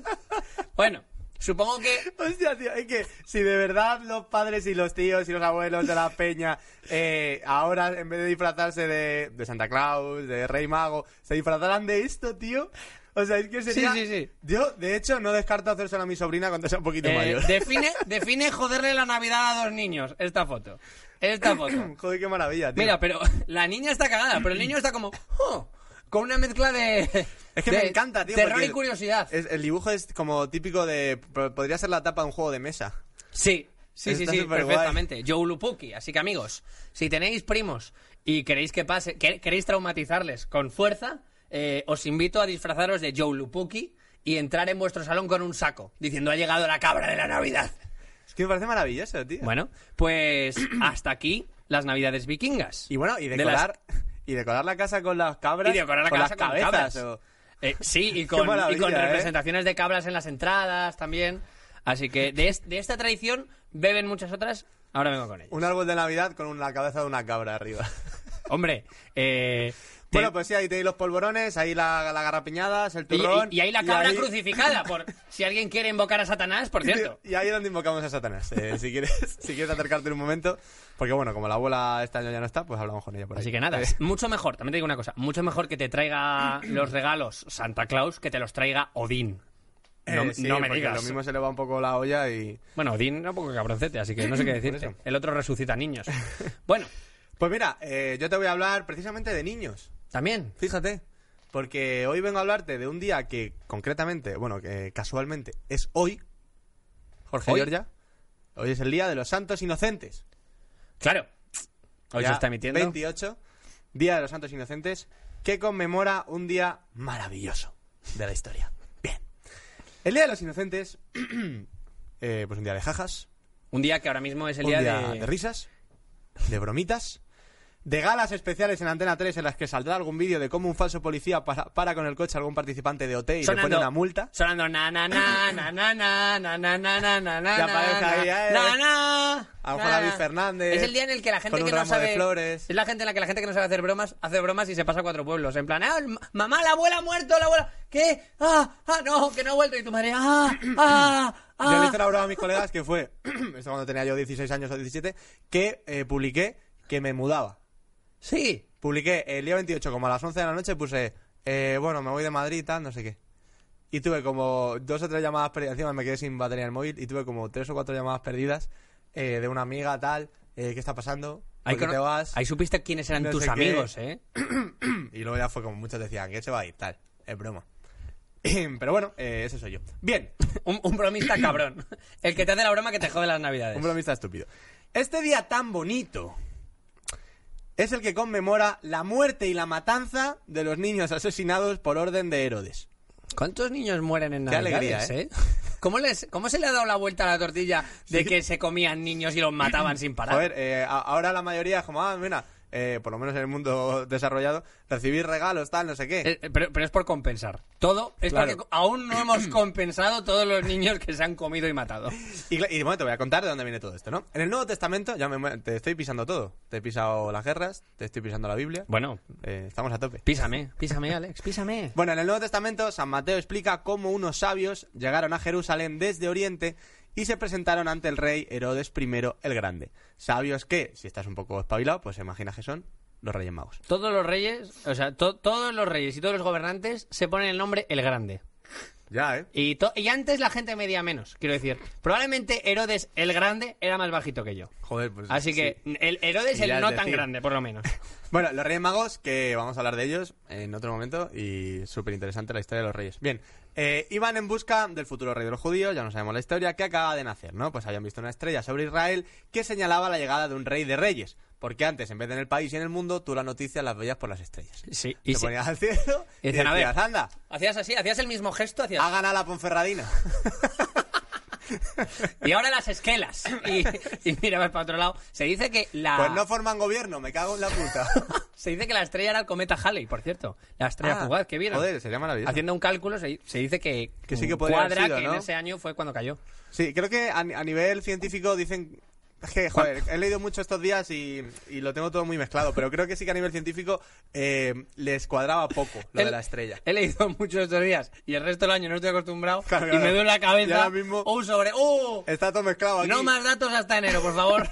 Speaker 2: Bueno, Supongo que
Speaker 3: [laughs] Hostia, tío, es que si de verdad los padres y los tíos y los
Speaker 2: [laughs]
Speaker 3: abuelos de la peña eh, ahora en vez de disfrazarse de, de Santa Claus, de Rey Mago, se disfrazaran de esto, tío. O sea, es que sería...
Speaker 2: sí, sí.
Speaker 3: Yo, de hecho, no descarto hacérselo a mi sobrina cuando sea un poquito
Speaker 2: Eh,
Speaker 3: mayor.
Speaker 2: define, define joderle la Navidad a dos niños. Esta foto. Esta foto.
Speaker 3: [laughs] Joder, qué maravilla, tío.
Speaker 2: Mira, pero la niña está cagada, pero el niño está como. "Oh", con una mezcla de.
Speaker 3: es que
Speaker 2: de
Speaker 3: me encanta, tío.
Speaker 2: Terror
Speaker 3: porque
Speaker 2: y curiosidad.
Speaker 3: es- el dibujo es como típico de... p- Podría ser la tapa de un juego de mesa.
Speaker 2: Sí, sí, sí,
Speaker 3: Está
Speaker 2: sí,
Speaker 3: superguay.
Speaker 2: perfectamente. Joe Lupuki. Así que amigos, si tenéis primos y queréis que pase, que- queréis traumatizarles con fuerza, eh, os invito a disfrazaros de Joe Lupuki y entrar en vuestro salón con un saco, diciendo ha llegado la cabra de la Navidad.
Speaker 3: Es que me parece maravilloso, tío.
Speaker 2: Bueno,
Speaker 3: [clears throat]
Speaker 2: pues hasta aquí las Navidades vikingas.
Speaker 3: Y bueno, y
Speaker 2: De las-
Speaker 3: decorar... [laughs] Y decorar la casa con las cabras.
Speaker 2: Y decorar la
Speaker 3: con
Speaker 2: casa
Speaker 3: las
Speaker 2: con
Speaker 3: cabezas.
Speaker 2: cabras.
Speaker 3: o-
Speaker 2: Eh,
Speaker 3: [laughs]
Speaker 2: sí, y con, y
Speaker 3: maravilla,
Speaker 2: con
Speaker 3: ¿eh?
Speaker 2: representaciones de cabras en las entradas también. Así que de, es- de esta tradición beben muchas otras. Ahora vengo con ellas.
Speaker 3: Un árbol de Navidad con la cabeza de una
Speaker 2: [laughs]
Speaker 3: cabra arriba.
Speaker 2: Hombre, eh, te-
Speaker 3: Bueno, pues sí, ahí tenéis los polvorones, ahí la, la garrapiñadas, el
Speaker 2: y,
Speaker 3: turrón.
Speaker 2: y- y ahí la cabra
Speaker 3: ahí-
Speaker 2: crucificada, por si alguien quiere invocar a Satanás,
Speaker 3: [laughs]
Speaker 2: por cierto.
Speaker 3: Y ahí es donde invocamos a Satanás. eh, si, quieres, [laughs] si quieres acercarte en un momento. Porque bueno, como la abuela este año ya no está, pues hablamos con ella por ahí.
Speaker 2: Así que
Speaker 3: [laughs]
Speaker 2: nada,
Speaker 3: Eh,
Speaker 2: es mucho mejor, también te digo una cosa, mucho mejor que te traiga los regalos Santa Claus que te los traiga Odín. No,
Speaker 3: eh, sí,
Speaker 2: no me
Speaker 3: porque
Speaker 2: digas.
Speaker 3: Lo mismo se le va un poco la olla y.
Speaker 2: Bueno, Odín un poco cabroncete, así que no
Speaker 3: [laughs]
Speaker 2: sé qué decirte.
Speaker 3: eso.
Speaker 2: El otro resucita niños. Bueno,
Speaker 3: Pues mira, eh, yo te voy a hablar precisamente de niños.
Speaker 2: también.
Speaker 3: Fíjate. Porque hoy vengo a hablarte de un día que concretamente, bueno, que casualmente es hoy. Jorge
Speaker 2: ¿Hoy?
Speaker 3: Giorgia. Hoy es el día de los santos inocentes.
Speaker 2: Claro. Hoy se
Speaker 3: Ya
Speaker 2: está emitiendo.
Speaker 3: 28, Día de los Santos Inocentes, que conmemora un día maravilloso de la historia. Bien. El Día de los Inocentes, [clears throat] eh, pues un día de jajas,
Speaker 2: Un día que ahora mismo es el
Speaker 3: un
Speaker 2: día,
Speaker 3: día,
Speaker 2: de...
Speaker 3: de... risas, de bromitas, de galas especiales en Antena 3 en las que saldrá algún vídeo de cómo un falso policía para, para con el coche a algún participante de OT y le pone
Speaker 2: Sonando-
Speaker 3: una multa.
Speaker 2: Sonando na na na na na na na na na na na na
Speaker 3: Ya aparece ahí,
Speaker 2: na,
Speaker 3: eh.
Speaker 2: na, na,
Speaker 3: A
Speaker 2: na,
Speaker 3: lo mejor David
Speaker 2: na.
Speaker 3: Fernández,
Speaker 2: Es el día en el que la gente
Speaker 3: con
Speaker 2: que
Speaker 3: un
Speaker 2: no
Speaker 3: ramo de
Speaker 2: sabe
Speaker 3: flores.
Speaker 2: es la gente en la que la gente que no sabe hacer bromas hace bromas y se pasa a cuatro pueblos en plan ah, el- mamá la abuela ha muerto la abuela qué ah ah no que no ha vuelto y tu madre ah ah
Speaker 3: [clears throat] Yo le
Speaker 2: ah
Speaker 3: hice una broma a mis colegas que fue, [clears throat] esto cuando tenía yo 16 años o 17, que eh, publiqué que me mudaba.
Speaker 2: sí
Speaker 3: Publiqué el día 28, como a las 11 de la noche, puse, eh, bueno, me voy de Madrid y tal, no sé qué. Y tuve como dos o tres llamadas perdidas. Encima me quedé sin batería en el móvil y tuve como tres o cuatro llamadas perdidas eh, de una amiga, tal, eh, ¿qué está pasando? ¿Por
Speaker 2: ahí,
Speaker 3: qué
Speaker 2: cono-
Speaker 3: te vas?
Speaker 2: ahí supiste quiénes eran
Speaker 3: No
Speaker 2: tus
Speaker 3: sé qué.
Speaker 2: amigos eh
Speaker 3: Y luego ya fue como muchos decían, ¿qué se va a ir? Tal, es broma. [laughs] Pero bueno, eh, ese soy yo. Bien,
Speaker 2: un, un bromista cabrón el que te hace la broma que te jode las navidades
Speaker 3: Un bromista estúpido. Este día tan bonito es el que conmemora la muerte y la matanza de los niños asesinados por orden de Herodes.
Speaker 2: ¿Cuántos niños mueren en
Speaker 3: Qué
Speaker 2: Navidades,
Speaker 3: alegría, ¿eh?
Speaker 2: eh? ¿Cómo, les, ¿Cómo se le ha dado la vuelta a la tortilla de que se comían niños y los mataban sin parar?
Speaker 3: Joder, eh, a- ahora la mayoría es como, ah, mira, eh, por lo menos en el mundo desarrollado, recibir regalos, tal, no sé qué.
Speaker 2: Eh, eh, pero, pero es por compensar. Todo es
Speaker 3: Claro.
Speaker 2: porque aún no hemos compensado todos los niños que se han comido y matado.
Speaker 3: Y, cla- y de momento voy a contar de dónde viene todo esto, ¿no? En el Nuevo Testamento, ya me- te estoy pisando todo. Te he pisado las guerras, te estoy pisando la Biblia.
Speaker 2: Bueno,
Speaker 3: Eh, estamos a tope.
Speaker 2: písame, písame, Alex, písame.
Speaker 3: Bueno, en el Nuevo Testamento, San Mateo explica cómo unos sabios llegaron a Jerusalén desde Oriente y se presentaron ante el rey Herodes I el Grande. Sabios que, si estás un poco espabilado, pues imaginas que son los Reyes Magos.
Speaker 2: Todos los reyes, o sea, to- todos los reyes y todos los gobernantes se ponen el nombre El Grande.
Speaker 3: Ya, ¿eh?
Speaker 2: Y, to- y antes la gente medía menos, quiero decir. Probablemente Herodes el Grande era más bajito que yo.
Speaker 3: Joder, pues.
Speaker 2: Así que el Herodes
Speaker 3: Ya
Speaker 2: el
Speaker 3: es
Speaker 2: no tan
Speaker 3: decir.
Speaker 2: grande, por lo menos.
Speaker 3: Bueno, los Reyes Magos, que vamos a hablar de ellos en otro momento, y súper interesante la historia de los Reyes. Bien, eh, iban en busca del futuro rey de los judíos, ya no sabemos la historia, que acaba de nacer, ¿no? Pues habían visto una estrella sobre Israel que señalaba la llegada de un rey de reyes. Porque antes, en vez de en el país y en el mundo, tú las noticias las veías por las estrellas.
Speaker 2: Sí,
Speaker 3: Te ponías al cielo
Speaker 2: y
Speaker 3: y,
Speaker 2: decían, "A ver".
Speaker 3: decías, anda,
Speaker 2: Hacías así, hacías el mismo gesto, hacías...
Speaker 3: ha ganado la Ponferradina. [laughs]
Speaker 2: Y ahora las esquelas. Y, y mirabas para otro lado. Se dice que la...
Speaker 3: Pues no forman gobierno, me cago en la puta.
Speaker 2: [laughs] Se dice que la estrella era el cometa Halley, por cierto. La estrella
Speaker 3: Ah,
Speaker 2: fugaz que vieron.
Speaker 3: Joder, sería maravilloso.
Speaker 2: Haciendo un cálculo, se, se dice que,
Speaker 3: Que sí que podría haber
Speaker 2: cuadra
Speaker 3: sido,
Speaker 2: que en
Speaker 3: ¿no?
Speaker 2: ese año fue cuando cayó.
Speaker 3: Sí, creo que a, a nivel científico dicen Es que, joder, he leído mucho estos días y, y lo tengo todo muy mezclado, pero creo que sí que a nivel científico eh, les cuadraba poco lo de
Speaker 2: El-
Speaker 3: la estrella.
Speaker 2: He leído [laughs] mucho estos días y el resto del año no estoy acostumbrado
Speaker 3: Claro,
Speaker 2: y
Speaker 3: claro.
Speaker 2: me duele la
Speaker 3: Y
Speaker 2: cabeza.
Speaker 3: ahora mismo-
Speaker 2: Un sobre. ¡Uh!
Speaker 3: Está todo mezclado aquí.
Speaker 2: No más datos hasta enero, por
Speaker 3: [laughs]
Speaker 2: favor.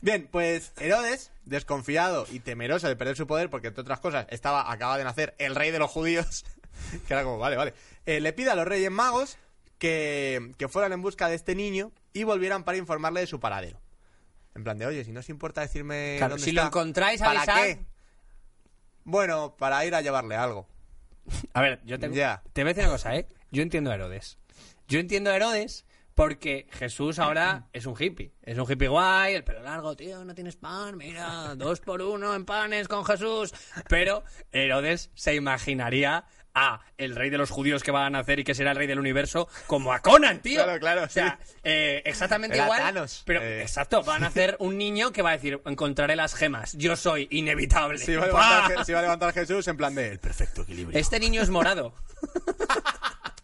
Speaker 3: Bien, pues Herodes, desconfiado y temeroso de perder su poder, porque entre otras cosas estaba, acaba de nacer el rey de los judíos, [laughs] que era como, vale, vale, eh, le pide a los reyes magos que, que fueran en busca de este niño y volvieran para informarle de su paradero. En plan de, oye, si no os importa decirme
Speaker 2: Claro,
Speaker 3: dónde
Speaker 2: si
Speaker 3: está,
Speaker 2: lo encontráis,
Speaker 3: ¿para
Speaker 2: avisad".
Speaker 3: qué? Bueno, para ir a llevarle algo.
Speaker 2: A ver, yo te,
Speaker 3: Ya.
Speaker 2: te voy a decir una cosa, ¿eh? Yo entiendo a Herodes. Yo entiendo a Herodes porque Jesús ahora es un hippie. Es un hippie guay, el pelo largo, tío, no tienes pan, mira, dos por uno en panes con Jesús. Pero Herodes se imaginaría a el rey de los judíos que va a nacer y que será el rey del universo como a Conan, tío.
Speaker 3: Claro, claro,
Speaker 2: O sea, eh, exactamente
Speaker 3: Era
Speaker 2: igual.
Speaker 3: Thanos.
Speaker 2: Pero,
Speaker 3: Eh.
Speaker 2: exacto, van a hacer un niño que va a decir, encontraré las gemas, yo soy inevitable.
Speaker 3: Si va a
Speaker 2: ¡Pah!
Speaker 3: levantar, se iba a levantar Jesús en plan de, el perfecto equilibrio.
Speaker 2: Este niño es
Speaker 3: [laughs]
Speaker 2: morado. [laughs]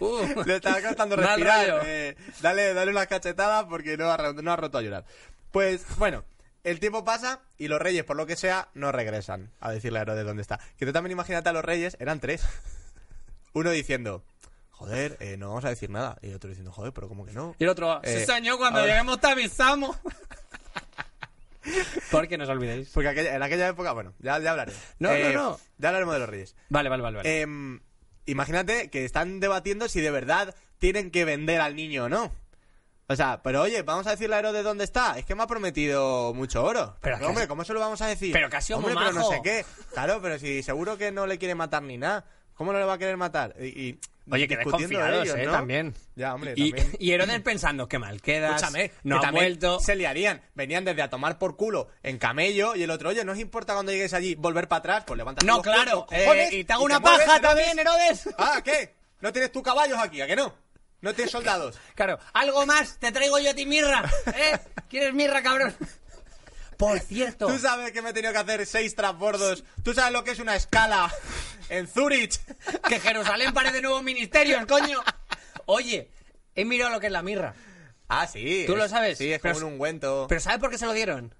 Speaker 2: Uh,
Speaker 3: Le estaba costando
Speaker 2: mal
Speaker 3: respirar.
Speaker 2: rollo.
Speaker 3: eh, dale, dale una cachetada porque no ha, re- no ha roto a llorar. Pues bueno, el tiempo pasa y los reyes, por lo que sea, no regresan a decirle a Herodes dónde está. Que tú también imagínate a los reyes, eran tres. Uno diciendo, joder, eh, no vamos a decir nada. Y otro diciendo, joder, pero ¿cómo que no?
Speaker 2: Y el otro,
Speaker 3: Eh,
Speaker 2: sí señor, cuando
Speaker 3: ahora-
Speaker 2: lleguemos te avisamos.
Speaker 3: [laughs]
Speaker 2: Porque nos olvidéis.
Speaker 3: Porque aquella- en aquella época, bueno, ya, ya hablaré.
Speaker 2: No, no, no.
Speaker 3: Ya hablaremos de los reyes.
Speaker 2: Vale, vale, vale. vale.
Speaker 3: Em, imagínate que están debatiendo si de verdad tienen que vender al niño o no. O sea, pero oye, vamos a decirle a Herodes dónde está. Es que me ha prometido mucho oro.
Speaker 2: Pero
Speaker 3: Pero,
Speaker 2: que
Speaker 3: hombre,
Speaker 2: has-
Speaker 3: ¿cómo se lo vamos a decir?
Speaker 2: pero que ha sido
Speaker 3: Hombre,
Speaker 2: muy
Speaker 3: pero no
Speaker 2: majo.
Speaker 3: sé qué. Claro, pero si seguro que no le quiere matar ni nada. ¿Cómo no le va a querer matar? Y, y
Speaker 2: Oye, que
Speaker 3: discutiendo
Speaker 2: desconfiados,
Speaker 3: ellos,
Speaker 2: eh,
Speaker 3: ¿no?
Speaker 2: también.
Speaker 3: Ya, hombre,
Speaker 2: y,
Speaker 3: también.
Speaker 2: [laughs] y Herodes pensando, qué mal quedas,
Speaker 3: Escúchame,
Speaker 2: no
Speaker 3: que
Speaker 2: ha
Speaker 3: también
Speaker 2: vuelto.
Speaker 3: Se liarían. Venían desde a tomar por culo en camello y el otro, oye, no os importa cuando llegues allí volver para atrás, pues levántate
Speaker 2: No,
Speaker 3: los
Speaker 2: claro,
Speaker 3: cuernos, cojones,
Speaker 2: eh, y te hago una
Speaker 3: mueves,
Speaker 2: paja
Speaker 3: Herodes.
Speaker 2: también, Herodes.
Speaker 3: Ah, ¿qué? ¿No tienes tú caballos aquí? ¿A que no? ¿No tienes soldados?
Speaker 2: Claro, algo más, te traigo yo a ti
Speaker 3: [laughs]
Speaker 2: mirra, ¿eh? ¿Quieres mirra, cabrón? Por cierto,
Speaker 3: ¿Tú sabes que me he tenido que hacer seis transbordos? ¿Tú sabes lo que es una escala en Zurich?
Speaker 2: que Jerusalén parece nuevos ministerios, coño. Oye, he mirado lo que es la mirra.
Speaker 3: Ah, sí.
Speaker 2: ¿Tú
Speaker 3: es-
Speaker 2: lo sabes?
Speaker 3: Sí, es
Speaker 2: Pero
Speaker 3: como
Speaker 2: es-
Speaker 3: un ungüento.
Speaker 2: ¿Pero sabes por qué se lo dieron?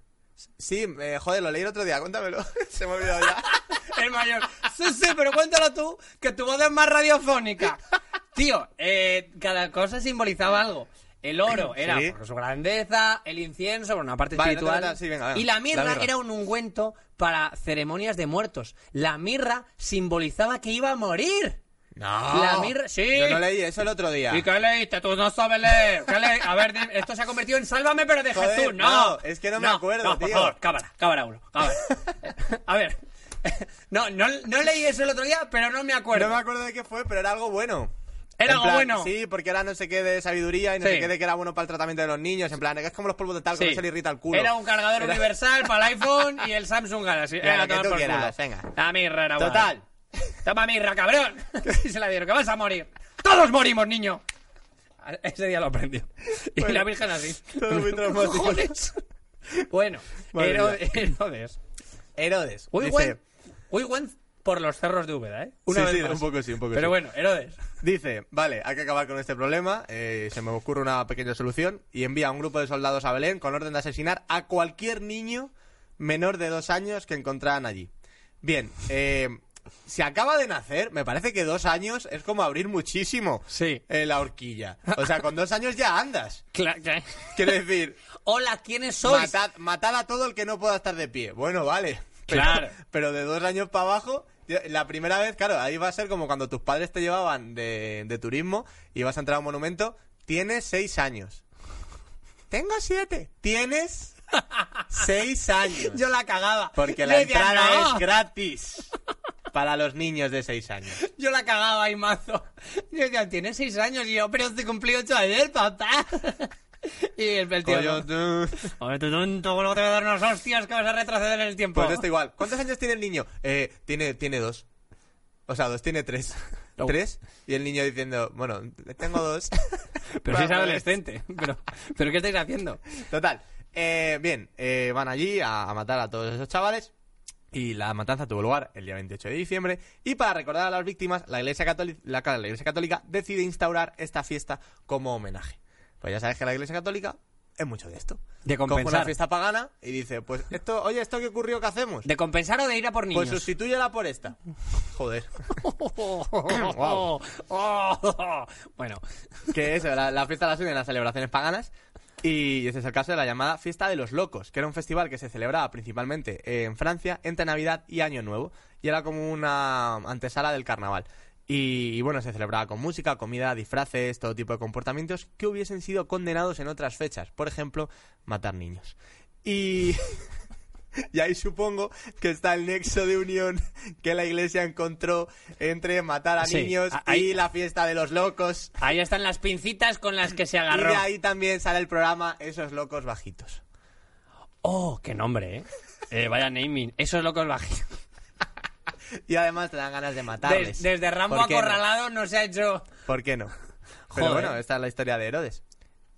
Speaker 3: Sí, eh, joder, lo leí el otro día, cuéntamelo. [laughs] Se me ha olvidado ya.
Speaker 2: El mayor. Sí, sí, pero cuéntalo tú, que tu voz es más radiofónica. Tío, eh, cada cosa simbolizaba algo. El oro era
Speaker 3: Sí.
Speaker 2: por su grandeza, el incienso por una parte
Speaker 3: Vale, no te
Speaker 2: espiritual.
Speaker 3: metas, sí, venga, venga.
Speaker 2: y la mirra,
Speaker 3: La mirra.
Speaker 2: era un ungüento para ceremonias de muertos. La mirra simbolizaba que iba a morir.
Speaker 3: No.
Speaker 2: La mirra- sí.
Speaker 3: Yo no leí eso el otro día.
Speaker 2: ¿Y qué leíste? Tú no sabes leer. ¿Qué le- A ver, dime, esto se ha convertido en Sálvame, pero de
Speaker 3: Joder,
Speaker 2: Jesús. No,
Speaker 3: no, es que no me acuerdo,
Speaker 2: no, por
Speaker 3: tío.
Speaker 2: favor, cámara, cámara uno, cámara. A ver. [laughs] No, no, no leí eso el otro día, pero no me acuerdo.
Speaker 3: No me acuerdo de qué fue, pero era algo bueno.
Speaker 2: Era
Speaker 3: En
Speaker 2: algo
Speaker 3: plan,
Speaker 2: bueno.
Speaker 3: Sí, porque era no sé qué de sabiduría y no
Speaker 2: Sí.
Speaker 3: sé qué de que era bueno para el tratamiento de los niños. En plan, es como los polvos de talco,
Speaker 2: Sí.
Speaker 3: no se le irrita el culo.
Speaker 2: Era un cargador
Speaker 3: Era-
Speaker 2: universal para el iPhone y el Samsung Galaxy.
Speaker 3: Venga,
Speaker 2: Era
Speaker 3: lo que
Speaker 2: tomar
Speaker 3: tú
Speaker 2: por
Speaker 3: quieras,
Speaker 2: culo.
Speaker 3: venga.
Speaker 2: La mirra era buena.
Speaker 3: Total.
Speaker 2: Toma mirra, cabrón. [laughs] Y se la dieron, que vas a morir. Todos morimos, niño. Ese día lo aprendió. Y
Speaker 3: Bueno,
Speaker 2: la Virgen así.
Speaker 3: todo muy traumático.
Speaker 2: Cojones. Bueno,
Speaker 3: Madre
Speaker 2: Herod- Herodes.
Speaker 3: Herodes.
Speaker 2: Muy
Speaker 3: dice-
Speaker 2: buen, muy buen por los cerros de Úbeda, ¿eh? Una
Speaker 3: Sí,
Speaker 2: vez
Speaker 3: sí,
Speaker 2: más.
Speaker 3: un poco sí, un poco
Speaker 2: Pero
Speaker 3: sí.
Speaker 2: bueno, Herodes.
Speaker 3: Dice, vale, hay que acabar con este problema, eh, se me ocurre una pequeña solución y envía a un grupo de soldados a Belén con orden de asesinar a cualquier niño menor de dos años que encontraran allí. Bien, eh, si acaba de nacer, me parece que dos años es como abrir muchísimo
Speaker 2: Sí.
Speaker 3: eh, la horquilla. O sea, con dos años ya andas.
Speaker 2: Cla- cla-
Speaker 3: Quiero decir,
Speaker 2: Hola, ¿quiénes sois?
Speaker 3: matad, matad a todo el que no pueda estar de pie. Bueno, vale. [laughs] Pero,
Speaker 2: Claro.
Speaker 3: Pero de dos años para abajo, yo- la primera vez, claro, ahí va a ser como cuando tus padres te llevaban de, de turismo y vas a entrar a un monumento. Tienes seis años. Tengo siete.
Speaker 2: [laughs]
Speaker 3: Tienes seis años.
Speaker 2: Yo la cagaba.
Speaker 3: Porque
Speaker 2: Yo
Speaker 3: la
Speaker 2: decía,
Speaker 3: entrada
Speaker 2: "No".
Speaker 3: es gratis para los niños de seis años.
Speaker 2: Yo la cagaba ahí, mazo. Yo decía, tienes seis años. Y yo, pero te cumplí ocho ayer, papá. [laughs] Y el, el tío...
Speaker 3: Coño,
Speaker 2: no.
Speaker 3: tú.
Speaker 2: Hombre, tú tonto, luego te voy a dar unos hostias que vas a retroceder en el tiempo.
Speaker 3: Pues esto igual. ¿Cuántos años tiene el niño? Eh, tiene, tiene dos. O sea, dos, tiene tres.
Speaker 2: No.
Speaker 3: Tres. Y el niño diciendo, bueno, tengo dos.
Speaker 2: [laughs] Pero si es
Speaker 3: Vamos.
Speaker 2: adolescente. [laughs] Pero, pero ¿qué estáis haciendo?
Speaker 3: Total. Eh, bien, eh, van allí a, a matar a todos esos chavales. Y la matanza tuvo lugar el día 28 de diciembre. Y para recordar a las víctimas, la Iglesia, Católica, la, la Iglesia Católica decide instaurar esta fiesta como homenaje. Pues ya sabes que la Iglesia Católica es mucho de esto.
Speaker 2: De
Speaker 3: Coge una
Speaker 2: compensar.
Speaker 3: fiesta pagana y dice, pues esto, oye, esto que ocurrió, ¿qué hacemos?
Speaker 2: ¿De compensar o de ir a por niños?
Speaker 3: Pues
Speaker 2: [laughs]
Speaker 3: sustitúyela por esta. Joder.
Speaker 2: Guau. Oh, bueno,
Speaker 3: que eso, la, la fiesta la suben en las celebraciones paganas. Y ese es el caso de la llamada Fiesta de los Locos, que era un festival que se celebraba principalmente eh, en Francia entre Navidad y Año Nuevo. Y era como una antesala del carnaval. Y, y bueno, se celebraba con música, comida, disfraces, todo tipo de comportamientos que hubiesen sido condenados en otras fechas. Por ejemplo, matar niños. Y. [laughs] Y ahí supongo que está el nexo de unión que la iglesia encontró entre matar a
Speaker 2: Sí,
Speaker 3: niños
Speaker 2: a- ahí-
Speaker 3: y la fiesta de los locos.
Speaker 2: ahí están las pincitas con las que se
Speaker 3: Y
Speaker 2: agarró.
Speaker 3: de ahí también sale el programa Esos locos bajitos.
Speaker 2: Oh, qué nombre, ¿eh? Eh, vaya naming. Eso es lo que os bajé.
Speaker 3: Y además te dan ganas de
Speaker 2: Des-
Speaker 3: matarles.
Speaker 2: desde Rambo
Speaker 3: ¿Por qué
Speaker 2: acorralado no? se ha hecho
Speaker 3: No? ¿Por qué no? Pero
Speaker 2: Joder.
Speaker 3: bueno, esta es la historia de Herodes.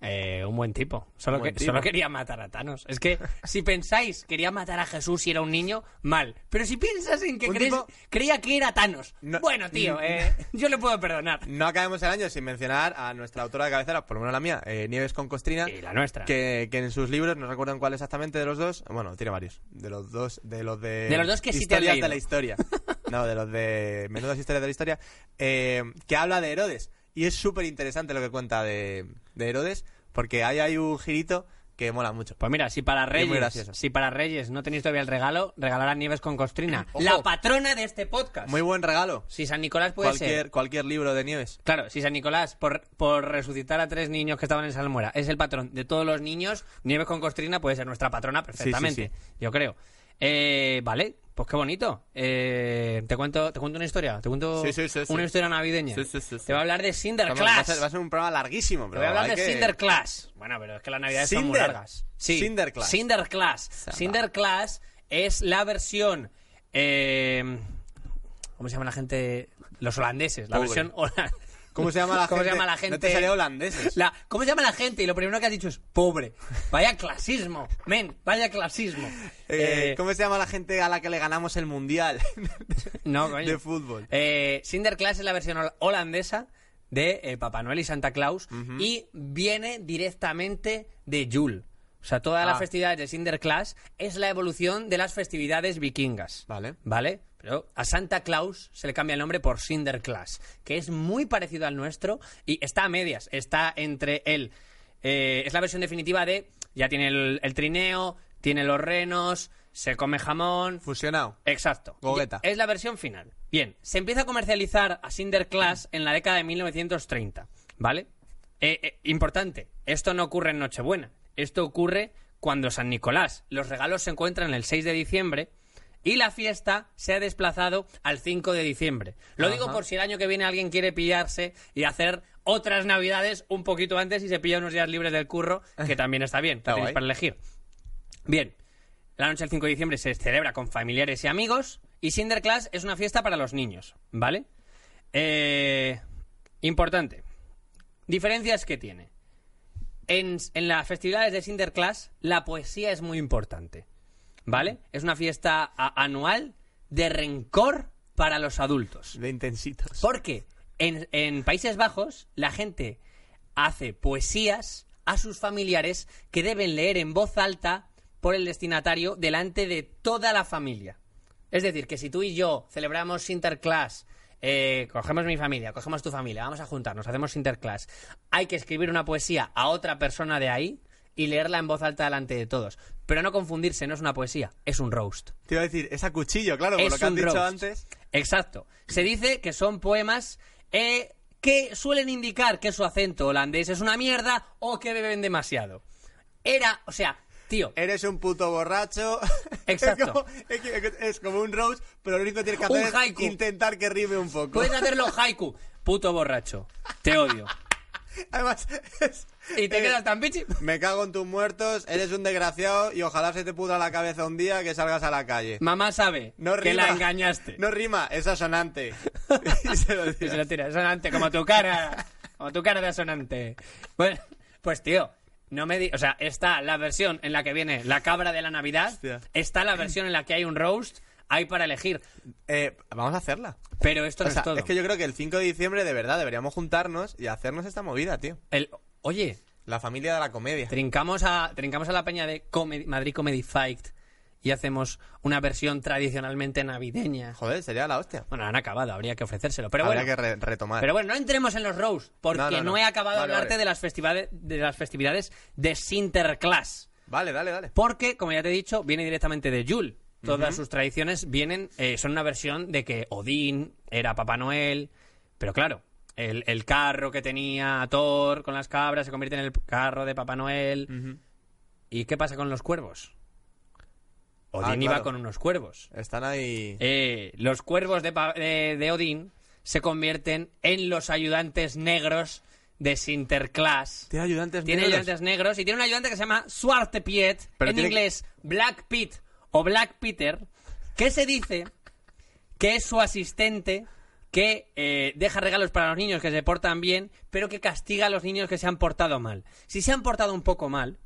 Speaker 2: eh, un buen tipo. Solo,
Speaker 3: Un buen
Speaker 2: que-
Speaker 3: tipo.
Speaker 2: solo quería matar a Thanos. Es
Speaker 3: [laughs]
Speaker 2: que si pensáis quería matar a Jesús si era un niño, mal. Pero si piensas en que
Speaker 3: Un
Speaker 2: crees-
Speaker 3: tipo-
Speaker 2: creía que era Thanos,
Speaker 3: No- Mm.
Speaker 2: bueno, tío, eh, [laughs] yo le puedo perdonar.
Speaker 3: No acabemos el año sin mencionar a nuestra autora de cabecera, por lo menos la mía, eh, Nieves con Costrina.
Speaker 2: Y la nuestra.
Speaker 3: Que, que en sus libros, no recuerdo en cuál exactamente de los dos, bueno, tiene varios. De los dos, de los de.
Speaker 2: De los dos que sí te has
Speaker 3: Historias
Speaker 2: leído.
Speaker 3: de
Speaker 2: [laughs]
Speaker 3: la historia. No, de los de. Menudas historias de la historia. eh, que habla de Herodes. Y es súper interesante lo que cuenta de, de Herodes, porque ahí hay un girito que mola mucho.
Speaker 2: Pues mira, si para
Speaker 3: muy
Speaker 2: Reyes,
Speaker 3: gracioso.
Speaker 2: si para Reyes no tenéis todavía el regalo, regalar a Nieves con Costrina,
Speaker 3: Ojo.
Speaker 2: la patrona de este podcast.
Speaker 3: Muy buen regalo.
Speaker 2: Si San Nicolás puede
Speaker 3: Cualquier,
Speaker 2: ser.
Speaker 3: cualquier libro de Nieves.
Speaker 2: Claro, si San Nicolás, por, por resucitar a tres niños que estaban en Salmuera, es el patrón de todos los niños, Nieves con Costrina puede ser nuestra patrona perfectamente, yo creo. Eh, vale, pues qué bonito. Eh, te cuento te cuento una historia, te cuento
Speaker 3: Sí, sí, sí, sí.
Speaker 2: una historia navideña.
Speaker 3: Sí, sí, sí, sí.
Speaker 2: Te voy a hablar de
Speaker 3: Vamos, Va a, ser, va a
Speaker 2: Cinderclass.
Speaker 3: ser un programa larguísimo,
Speaker 2: Te
Speaker 3: pero
Speaker 2: voy a hablar de
Speaker 3: hay que-
Speaker 2: Cinderclass. Bueno, pero es que las navidades son muy
Speaker 3: Cinder.
Speaker 2: largas. Sí.
Speaker 3: Cinderclass.
Speaker 2: Cinderclass. Cinderclass es la versión. eh, ¿Cómo se llama la gente? Los holandeses. La
Speaker 3: Pobre.
Speaker 2: versión holandesa.
Speaker 3: ¿Cómo se llama
Speaker 2: [laughs]
Speaker 3: la
Speaker 2: ¿Cómo se
Speaker 3: gente?
Speaker 2: llama la gente?
Speaker 3: No te
Speaker 2: [laughs]
Speaker 3: sale holandeses.
Speaker 2: La- ¿Cómo se llama la gente? Y lo primero que has dicho es pobre. Vaya clasismo, men, vaya clasismo.
Speaker 3: [laughs] Eh,
Speaker 2: Eh,
Speaker 3: ¿Cómo se llama la gente a la que le ganamos el mundial? [laughs]
Speaker 2: no, coño.
Speaker 3: de fútbol.
Speaker 2: Eh, Sinterklaas es la versión hol- holandesa de eh, Papá Noel y Santa Claus y viene directamente de Yule. O sea, todas las
Speaker 3: Ah.
Speaker 2: festividades de Sinterklaas es la evolución de las festividades vikingas.
Speaker 3: Vale.
Speaker 2: ¿Vale? Pero a Santa Claus se le cambia el nombre por Sinterklaas, que es muy parecido al nuestro y está a medias. Está entre el. eh, es la versión definitiva de. Ya tiene el, el trineo, tiene los renos, se come jamón.
Speaker 3: Fusionado.
Speaker 2: Exacto.
Speaker 3: Gogeta.
Speaker 2: Es la versión final. Bien, se empieza a comercializar a Sinterklaas en la década de 1930, ¿vale? Eh, eh, importante, esto no ocurre en Nochebuena, esto ocurre cuando San Nicolás. Los regalos se encuentran el 6 de diciembre y la fiesta se ha desplazado al 5 de diciembre. Lo digo por si el año que viene alguien quiere pillarse y hacer otras navidades un poquito antes y se pilla unos días libres del curro, que también está bien,
Speaker 3: Eh, Está
Speaker 2: tenéis
Speaker 3: guay.
Speaker 2: para elegir. Bien, la noche del 5 de diciembre se celebra con familiares y amigos y Sinterklaas es una fiesta para los niños, ¿vale? Eh, importante. Diferencias que tiene. En, en las festividades de Sinterklaas la poesía es muy importante, ¿vale? Es una fiesta a- anual de rencor para los adultos.
Speaker 3: De intensitos.
Speaker 2: Porque en, en Países Bajos la gente hace poesías a sus familiares que deben leer en voz alta por el destinatario delante de toda la familia. Es decir, que si tú y yo celebramos Interclass, cogemos mi familia, cogemos tu familia, vamos a juntarnos, hacemos Interclass, hay que escribir una poesía a otra persona de ahí y leerla en voz alta delante de todos. Pero no confundirse, no es una poesía, es un roast.
Speaker 3: Te iba a decir, es a cuchillo, claro, por
Speaker 2: Es
Speaker 3: lo que has
Speaker 2: un
Speaker 3: dicho
Speaker 2: roast.
Speaker 3: antes.
Speaker 2: Exacto. Se dice que son poemas eh, que suelen indicar que su acento holandés es una mierda o que beben demasiado. Era, o sea, tío,
Speaker 3: Eres un puto borracho. [laughs]
Speaker 2: Exacto.
Speaker 3: es, como, es que- es como un roast, pero lo único que tienes que hacer
Speaker 2: Un
Speaker 3: es
Speaker 2: haiku.
Speaker 3: intentar que rime un poco.
Speaker 2: puedes hacerlo haiku. Puto borracho, te odio.
Speaker 3: [laughs] Además, es-
Speaker 2: Y te
Speaker 3: eh,
Speaker 2: quedas tan pichi.
Speaker 3: Me cago en tus muertos, eres un desgraciado y ojalá se te pudra la cabeza un día que salgas a la calle.
Speaker 2: Mamá sabe
Speaker 3: No
Speaker 2: que
Speaker 3: rima.
Speaker 2: la engañaste.
Speaker 3: No rima,
Speaker 2: [laughs]
Speaker 3: es asonante. [laughs] Y se lo
Speaker 2: Y
Speaker 3: tira.
Speaker 2: se lo tira, asonante, como tu cara. Como tu cara de asonante. Bueno, pues tío, no me di- O sea, está la versión en la que viene la cabra de la Navidad.
Speaker 3: Hostia.
Speaker 2: Está la versión en la que hay un roast. Hay para elegir.
Speaker 3: Eh, vamos a hacerla.
Speaker 2: Pero esto
Speaker 3: O
Speaker 2: no
Speaker 3: sea,
Speaker 2: es todo.
Speaker 3: es que yo creo que el 5 de diciembre de verdad deberíamos juntarnos y hacernos esta movida, tío.
Speaker 2: El- Oye,
Speaker 3: La familia de la comedia.
Speaker 2: Trincamos a, trincamos a la peña de Comedy- Madrid Comedy Fight y hacemos una versión tradicionalmente navideña.
Speaker 3: Joder, sería la hostia.
Speaker 2: Bueno, han acabado, habría que ofrecérselo. Pero
Speaker 3: Habría
Speaker 2: bueno,
Speaker 3: que re- retomar.
Speaker 2: pero bueno, no entremos en los rows, porque no,
Speaker 3: Ah. No, no, no.
Speaker 2: he acabado
Speaker 3: Vale,
Speaker 2: de hablarte
Speaker 3: vale.
Speaker 2: De, las festivades, de las festividades de Sinterklaas.
Speaker 3: Vale, dale, dale.
Speaker 2: Porque, como ya te he dicho, viene directamente de Yule. Todas sus tradiciones vienen, eh, son una versión de que Odín era Papá Noel, pero claro, el, el carro que tenía Thor con las cabras se convierte en el carro de Papá Noel. ¿Y qué pasa con los cuervos? Odín
Speaker 3: Ah,
Speaker 2: iba
Speaker 3: claro.
Speaker 2: con unos cuervos.
Speaker 3: Están ahí.
Speaker 2: Eh, los cuervos de, pa- de- de Odín se convierten en los ayudantes negros de Sinterklaas.
Speaker 3: Tiene ayudantes
Speaker 2: Tiene
Speaker 3: negros.
Speaker 2: ayudantes negros y tiene un ayudante que se llama Swarte Piet,
Speaker 3: Pero
Speaker 2: en
Speaker 3: tiene-
Speaker 2: inglés Black Pete o Black Peter, que se dice que es su asistente que eh, deja regalos para los niños que se portan bien, pero que castiga a los niños que se han portado mal. Si se han portado un poco mal,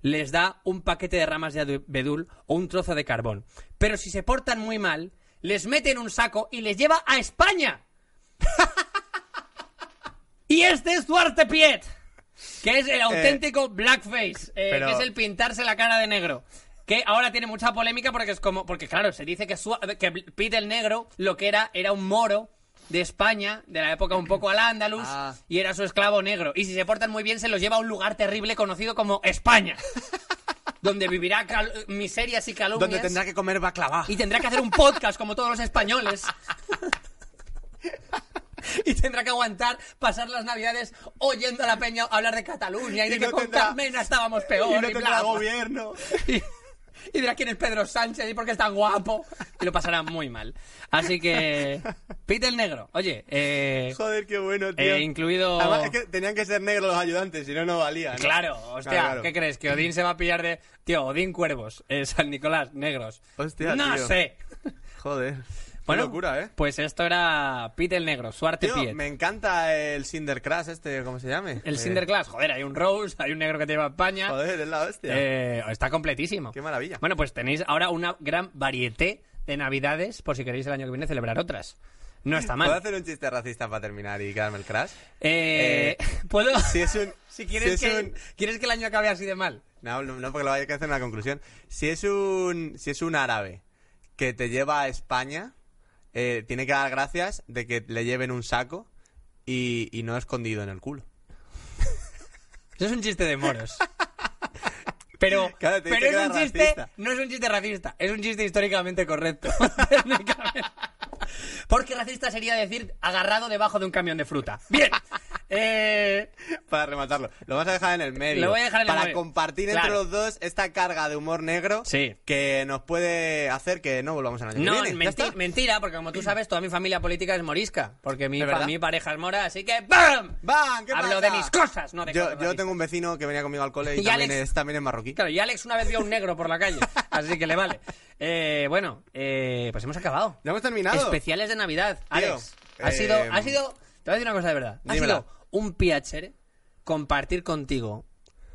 Speaker 2: les da un paquete de ramas de abedul o un trozo de carbón. Pero si se portan muy mal, les mete en un saco y les lleva a España. [laughs] y este es Duarte Piet, que es el auténtico blackface, eh,
Speaker 3: Eh, pero-
Speaker 2: que es el pintarse la cara de negro. Que ahora tiene mucha polémica porque es como. Porque, claro, se dice que, Sua- que Pete el Negro lo que era era un moro de España, de la época un poco al andaluz,
Speaker 3: Ah.
Speaker 2: y era su esclavo negro. Y si se portan muy bien, se los lleva a un lugar terrible conocido como
Speaker 3: [laughs]
Speaker 2: España. donde vivirá cal- miserias y calumnias.
Speaker 3: Donde tendrá que comer baklava.
Speaker 2: Y tendrá que hacer un podcast como todos los
Speaker 3: [laughs]
Speaker 2: españoles. Y tendrá que aguantar pasar las navidades oyendo a la peña hablar de Cataluña y,
Speaker 3: Y
Speaker 2: de que
Speaker 3: no
Speaker 2: con
Speaker 3: tendrá-
Speaker 2: Carmena estábamos peor.
Speaker 3: y no
Speaker 2: y
Speaker 3: tendrá
Speaker 2: bla, bla.
Speaker 3: gobierno.
Speaker 2: Y, y dirá quién es Pedro Sánchez y por qué es tan guapo. Y lo pasará muy mal. Así
Speaker 3: [laughs]
Speaker 2: que. Pite el negro. Oye, eh,
Speaker 3: Joder, qué bueno, tío.
Speaker 2: Eh, incluido-
Speaker 3: Además, es que tenían que ser negros los ayudantes, si no, no valía. ¿no?
Speaker 2: Claro, hostia,
Speaker 3: Claro, claro.
Speaker 2: ¿qué crees? ¿Que Odín se va a pillar de. Tío, Odín Cuervos, eh, San Nicolás, negros.
Speaker 3: Hostia,
Speaker 2: No
Speaker 3: tío.
Speaker 2: sé.
Speaker 3: Joder.
Speaker 2: Bueno,
Speaker 3: qué locura, ¿eh?
Speaker 2: Pues esto era Pete el Negro, su arte
Speaker 3: Tío, me encanta el Sinterklaas este, ¿cómo se llame?
Speaker 2: El
Speaker 3: Eh,
Speaker 2: Sinterklaas, joder, hay un Rose, hay un negro que te lleva a España.
Speaker 3: Joder, es la hostia.
Speaker 2: Eh, está completísimo.
Speaker 3: Qué maravilla.
Speaker 2: Bueno, pues tenéis ahora una gran varieté de navidades por si queréis el año que viene celebrar otras. No está
Speaker 3: ¿Puedo
Speaker 2: mal.
Speaker 3: hacer un chiste racista para terminar y quedarme el crash?
Speaker 2: Eh, [laughs] ¿Puedo?
Speaker 3: Si es un...
Speaker 2: Si quieres,
Speaker 3: si es
Speaker 2: que,
Speaker 3: un-
Speaker 2: ¿Quieres que el año acabe así de mal?
Speaker 3: No, no, no, porque lo hay que hacer una conclusión. Si es un, si es un árabe que te lleva a España, eh, tiene que dar gracias de que le lleven un saco y, y no escondido en el culo.
Speaker 2: Eso es un chiste de moros. Pero,
Speaker 3: [laughs] Claro, te
Speaker 2: pero
Speaker 3: dice que
Speaker 2: es
Speaker 3: era
Speaker 2: un chiste,
Speaker 3: racista.
Speaker 2: no es un chiste racista, es un chiste históricamente correcto. [laughs] Técnicamente. Porque racista sería decir agarrado debajo de un camión de fruta. Bien. Eh,
Speaker 3: [laughs] Para rematarlo. Lo vas a dejar en el medio.
Speaker 2: Lo voy a dejar en el
Speaker 3: Para
Speaker 2: medio.
Speaker 3: compartir entre
Speaker 2: Claro.
Speaker 3: los dos esta carga de humor negro
Speaker 2: Sí.
Speaker 3: que nos puede hacer que no volvamos al año
Speaker 2: no,
Speaker 3: que viene. Ya
Speaker 2: menti-
Speaker 3: está.
Speaker 2: mentira, porque como tú sabes, toda mi familia política es morisca. Porque mi,
Speaker 3: ¿Es
Speaker 2: pa-
Speaker 3: verdad?
Speaker 2: mi pareja es mora, así que ¡BAM!
Speaker 3: ¡Bam! ¿Qué
Speaker 2: Hablo
Speaker 3: pasa?
Speaker 2: de mis cosas, no de
Speaker 3: yo,
Speaker 2: cosas
Speaker 3: yo
Speaker 2: racistas.
Speaker 3: tengo un vecino que venía conmigo al cole y,
Speaker 2: Y
Speaker 3: también,
Speaker 2: Alex-
Speaker 3: es, también es marroquí.
Speaker 2: Claro, y Alex una vez vio a un negro por la calle, así que le vale. Eh, bueno, eh, pues hemos acabado.
Speaker 3: Ya hemos terminado.
Speaker 2: Especiales de Navidad. Alex,
Speaker 3: Tío,
Speaker 2: ha
Speaker 3: eh,
Speaker 2: sido, ha sido, te voy a decir una cosa de verdad. Ha
Speaker 3: dímela.
Speaker 2: sido un piacere compartir contigo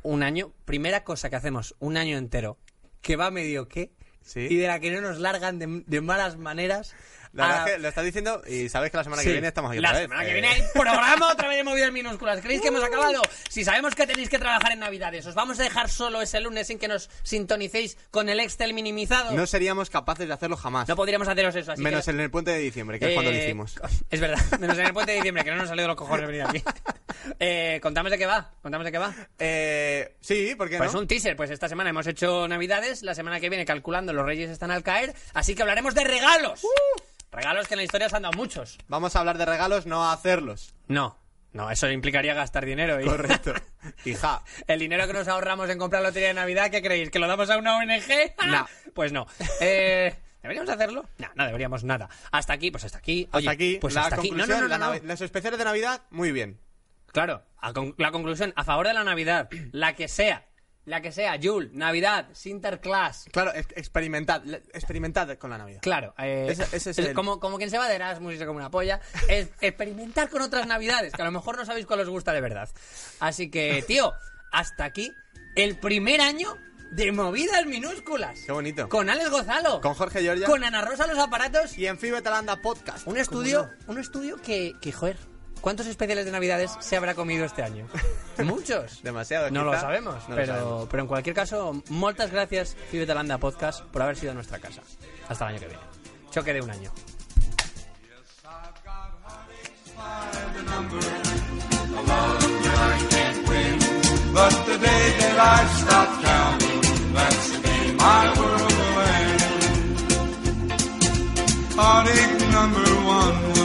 Speaker 2: un año, primera cosa que hacemos un año entero, que va medio que,
Speaker 3: Sí.
Speaker 2: y de la que no nos largan de, de malas maneras.
Speaker 3: La
Speaker 2: a-
Speaker 3: verdad es que lo estás diciendo y sabes que la semana
Speaker 2: Ah. Sí.
Speaker 3: que viene estamos aquí
Speaker 2: La
Speaker 3: otra vez.
Speaker 2: semana
Speaker 3: Eh,
Speaker 2: que viene
Speaker 3: [laughs]
Speaker 2: hay programa otra vez de movidas minúsculas. ¿Creéis que hemos acabado? Si sabemos que tenéis que trabajar en Navidades, os vamos a dejar solo ese lunes sin que nos sintonicéis con el Excel minimizado.
Speaker 3: No seríamos capaces de hacerlo jamás.
Speaker 2: No podríamos haceros eso así.
Speaker 3: Menos
Speaker 2: que-
Speaker 3: en el puente de diciembre, que es cuando lo
Speaker 2: Eh,
Speaker 3: hicimos.
Speaker 2: [laughs] Es verdad, menos en el puente de diciembre, que no nos salió de los cojones venir aquí. [laughs] Eh, contamos de qué va, contamos de qué va.
Speaker 3: Eh, sí, ¿por qué
Speaker 2: Pues
Speaker 3: no?
Speaker 2: un teaser, pues esta semana hemos hecho navidades, la semana que viene calculando los reyes están al caer, así que hablaremos de regalos.
Speaker 3: ¡Uh!
Speaker 2: Regalos que en la historia se han dado muchos.
Speaker 3: Vamos a hablar de regalos, no a hacerlos.
Speaker 2: No, no, eso implicaría gastar dinero. Y...
Speaker 3: Correcto. Hija.
Speaker 2: [laughs] El dinero que nos ahorramos en comprar lotería de Navidad, ¿qué creéis? ¿Que lo damos a una [laughs] ONG?
Speaker 3: No.
Speaker 2: Pues no. Eh, ¿Deberíamos hacerlo? No, no deberíamos nada. Hasta aquí, pues hasta aquí. Oye,
Speaker 3: hasta aquí,
Speaker 2: pues
Speaker 3: la
Speaker 2: hasta aquí. No,
Speaker 3: conclusión,
Speaker 2: no, no,
Speaker 3: la
Speaker 2: no, no.
Speaker 3: Navi- los especiales de Navidad, muy bien.
Speaker 2: Claro, a con- la conclusión, a favor de la Navidad, [clears throat] la que sea, la que sea, Jul, Navidad, Sinterklaas.
Speaker 3: Claro, ex- experimentad, le- experimentad con la Navidad.
Speaker 2: Claro, eh,
Speaker 3: Ese- ese es el-
Speaker 2: como, como quien se va de Erasmus y se come una polla, es experimentar con otras Navidades, que a lo mejor no sabéis cuál os gusta de verdad. Así que, tío, hasta aquí el primer año de movidas minúsculas.
Speaker 3: Qué bonito.
Speaker 2: Con Alex Gozalo.
Speaker 3: Con Jorge Giorgia.
Speaker 2: Con Ana Rosa los aparatos.
Speaker 3: Y en Fibetalanda Podcast.
Speaker 2: Un
Speaker 3: ¿Cómo
Speaker 2: estudio,
Speaker 3: no?
Speaker 2: un estudio que, que, joder, ¿Cuántos especiales de Navidades se habrá comido este
Speaker 3: [laughs]
Speaker 2: año? Muchos.
Speaker 3: Demasiado,
Speaker 2: No lo
Speaker 3: quizá.
Speaker 2: sabemos,
Speaker 3: No lo
Speaker 2: pero,
Speaker 3: sabemos.
Speaker 2: pero en cualquier caso, muchas gracias, Vive Talanda Podcast, por haber sido nuestra casa. Hasta el año que viene. Choque de un año.
Speaker 9: But the day that I stop counting, that's the day my world will end. Heartache number one.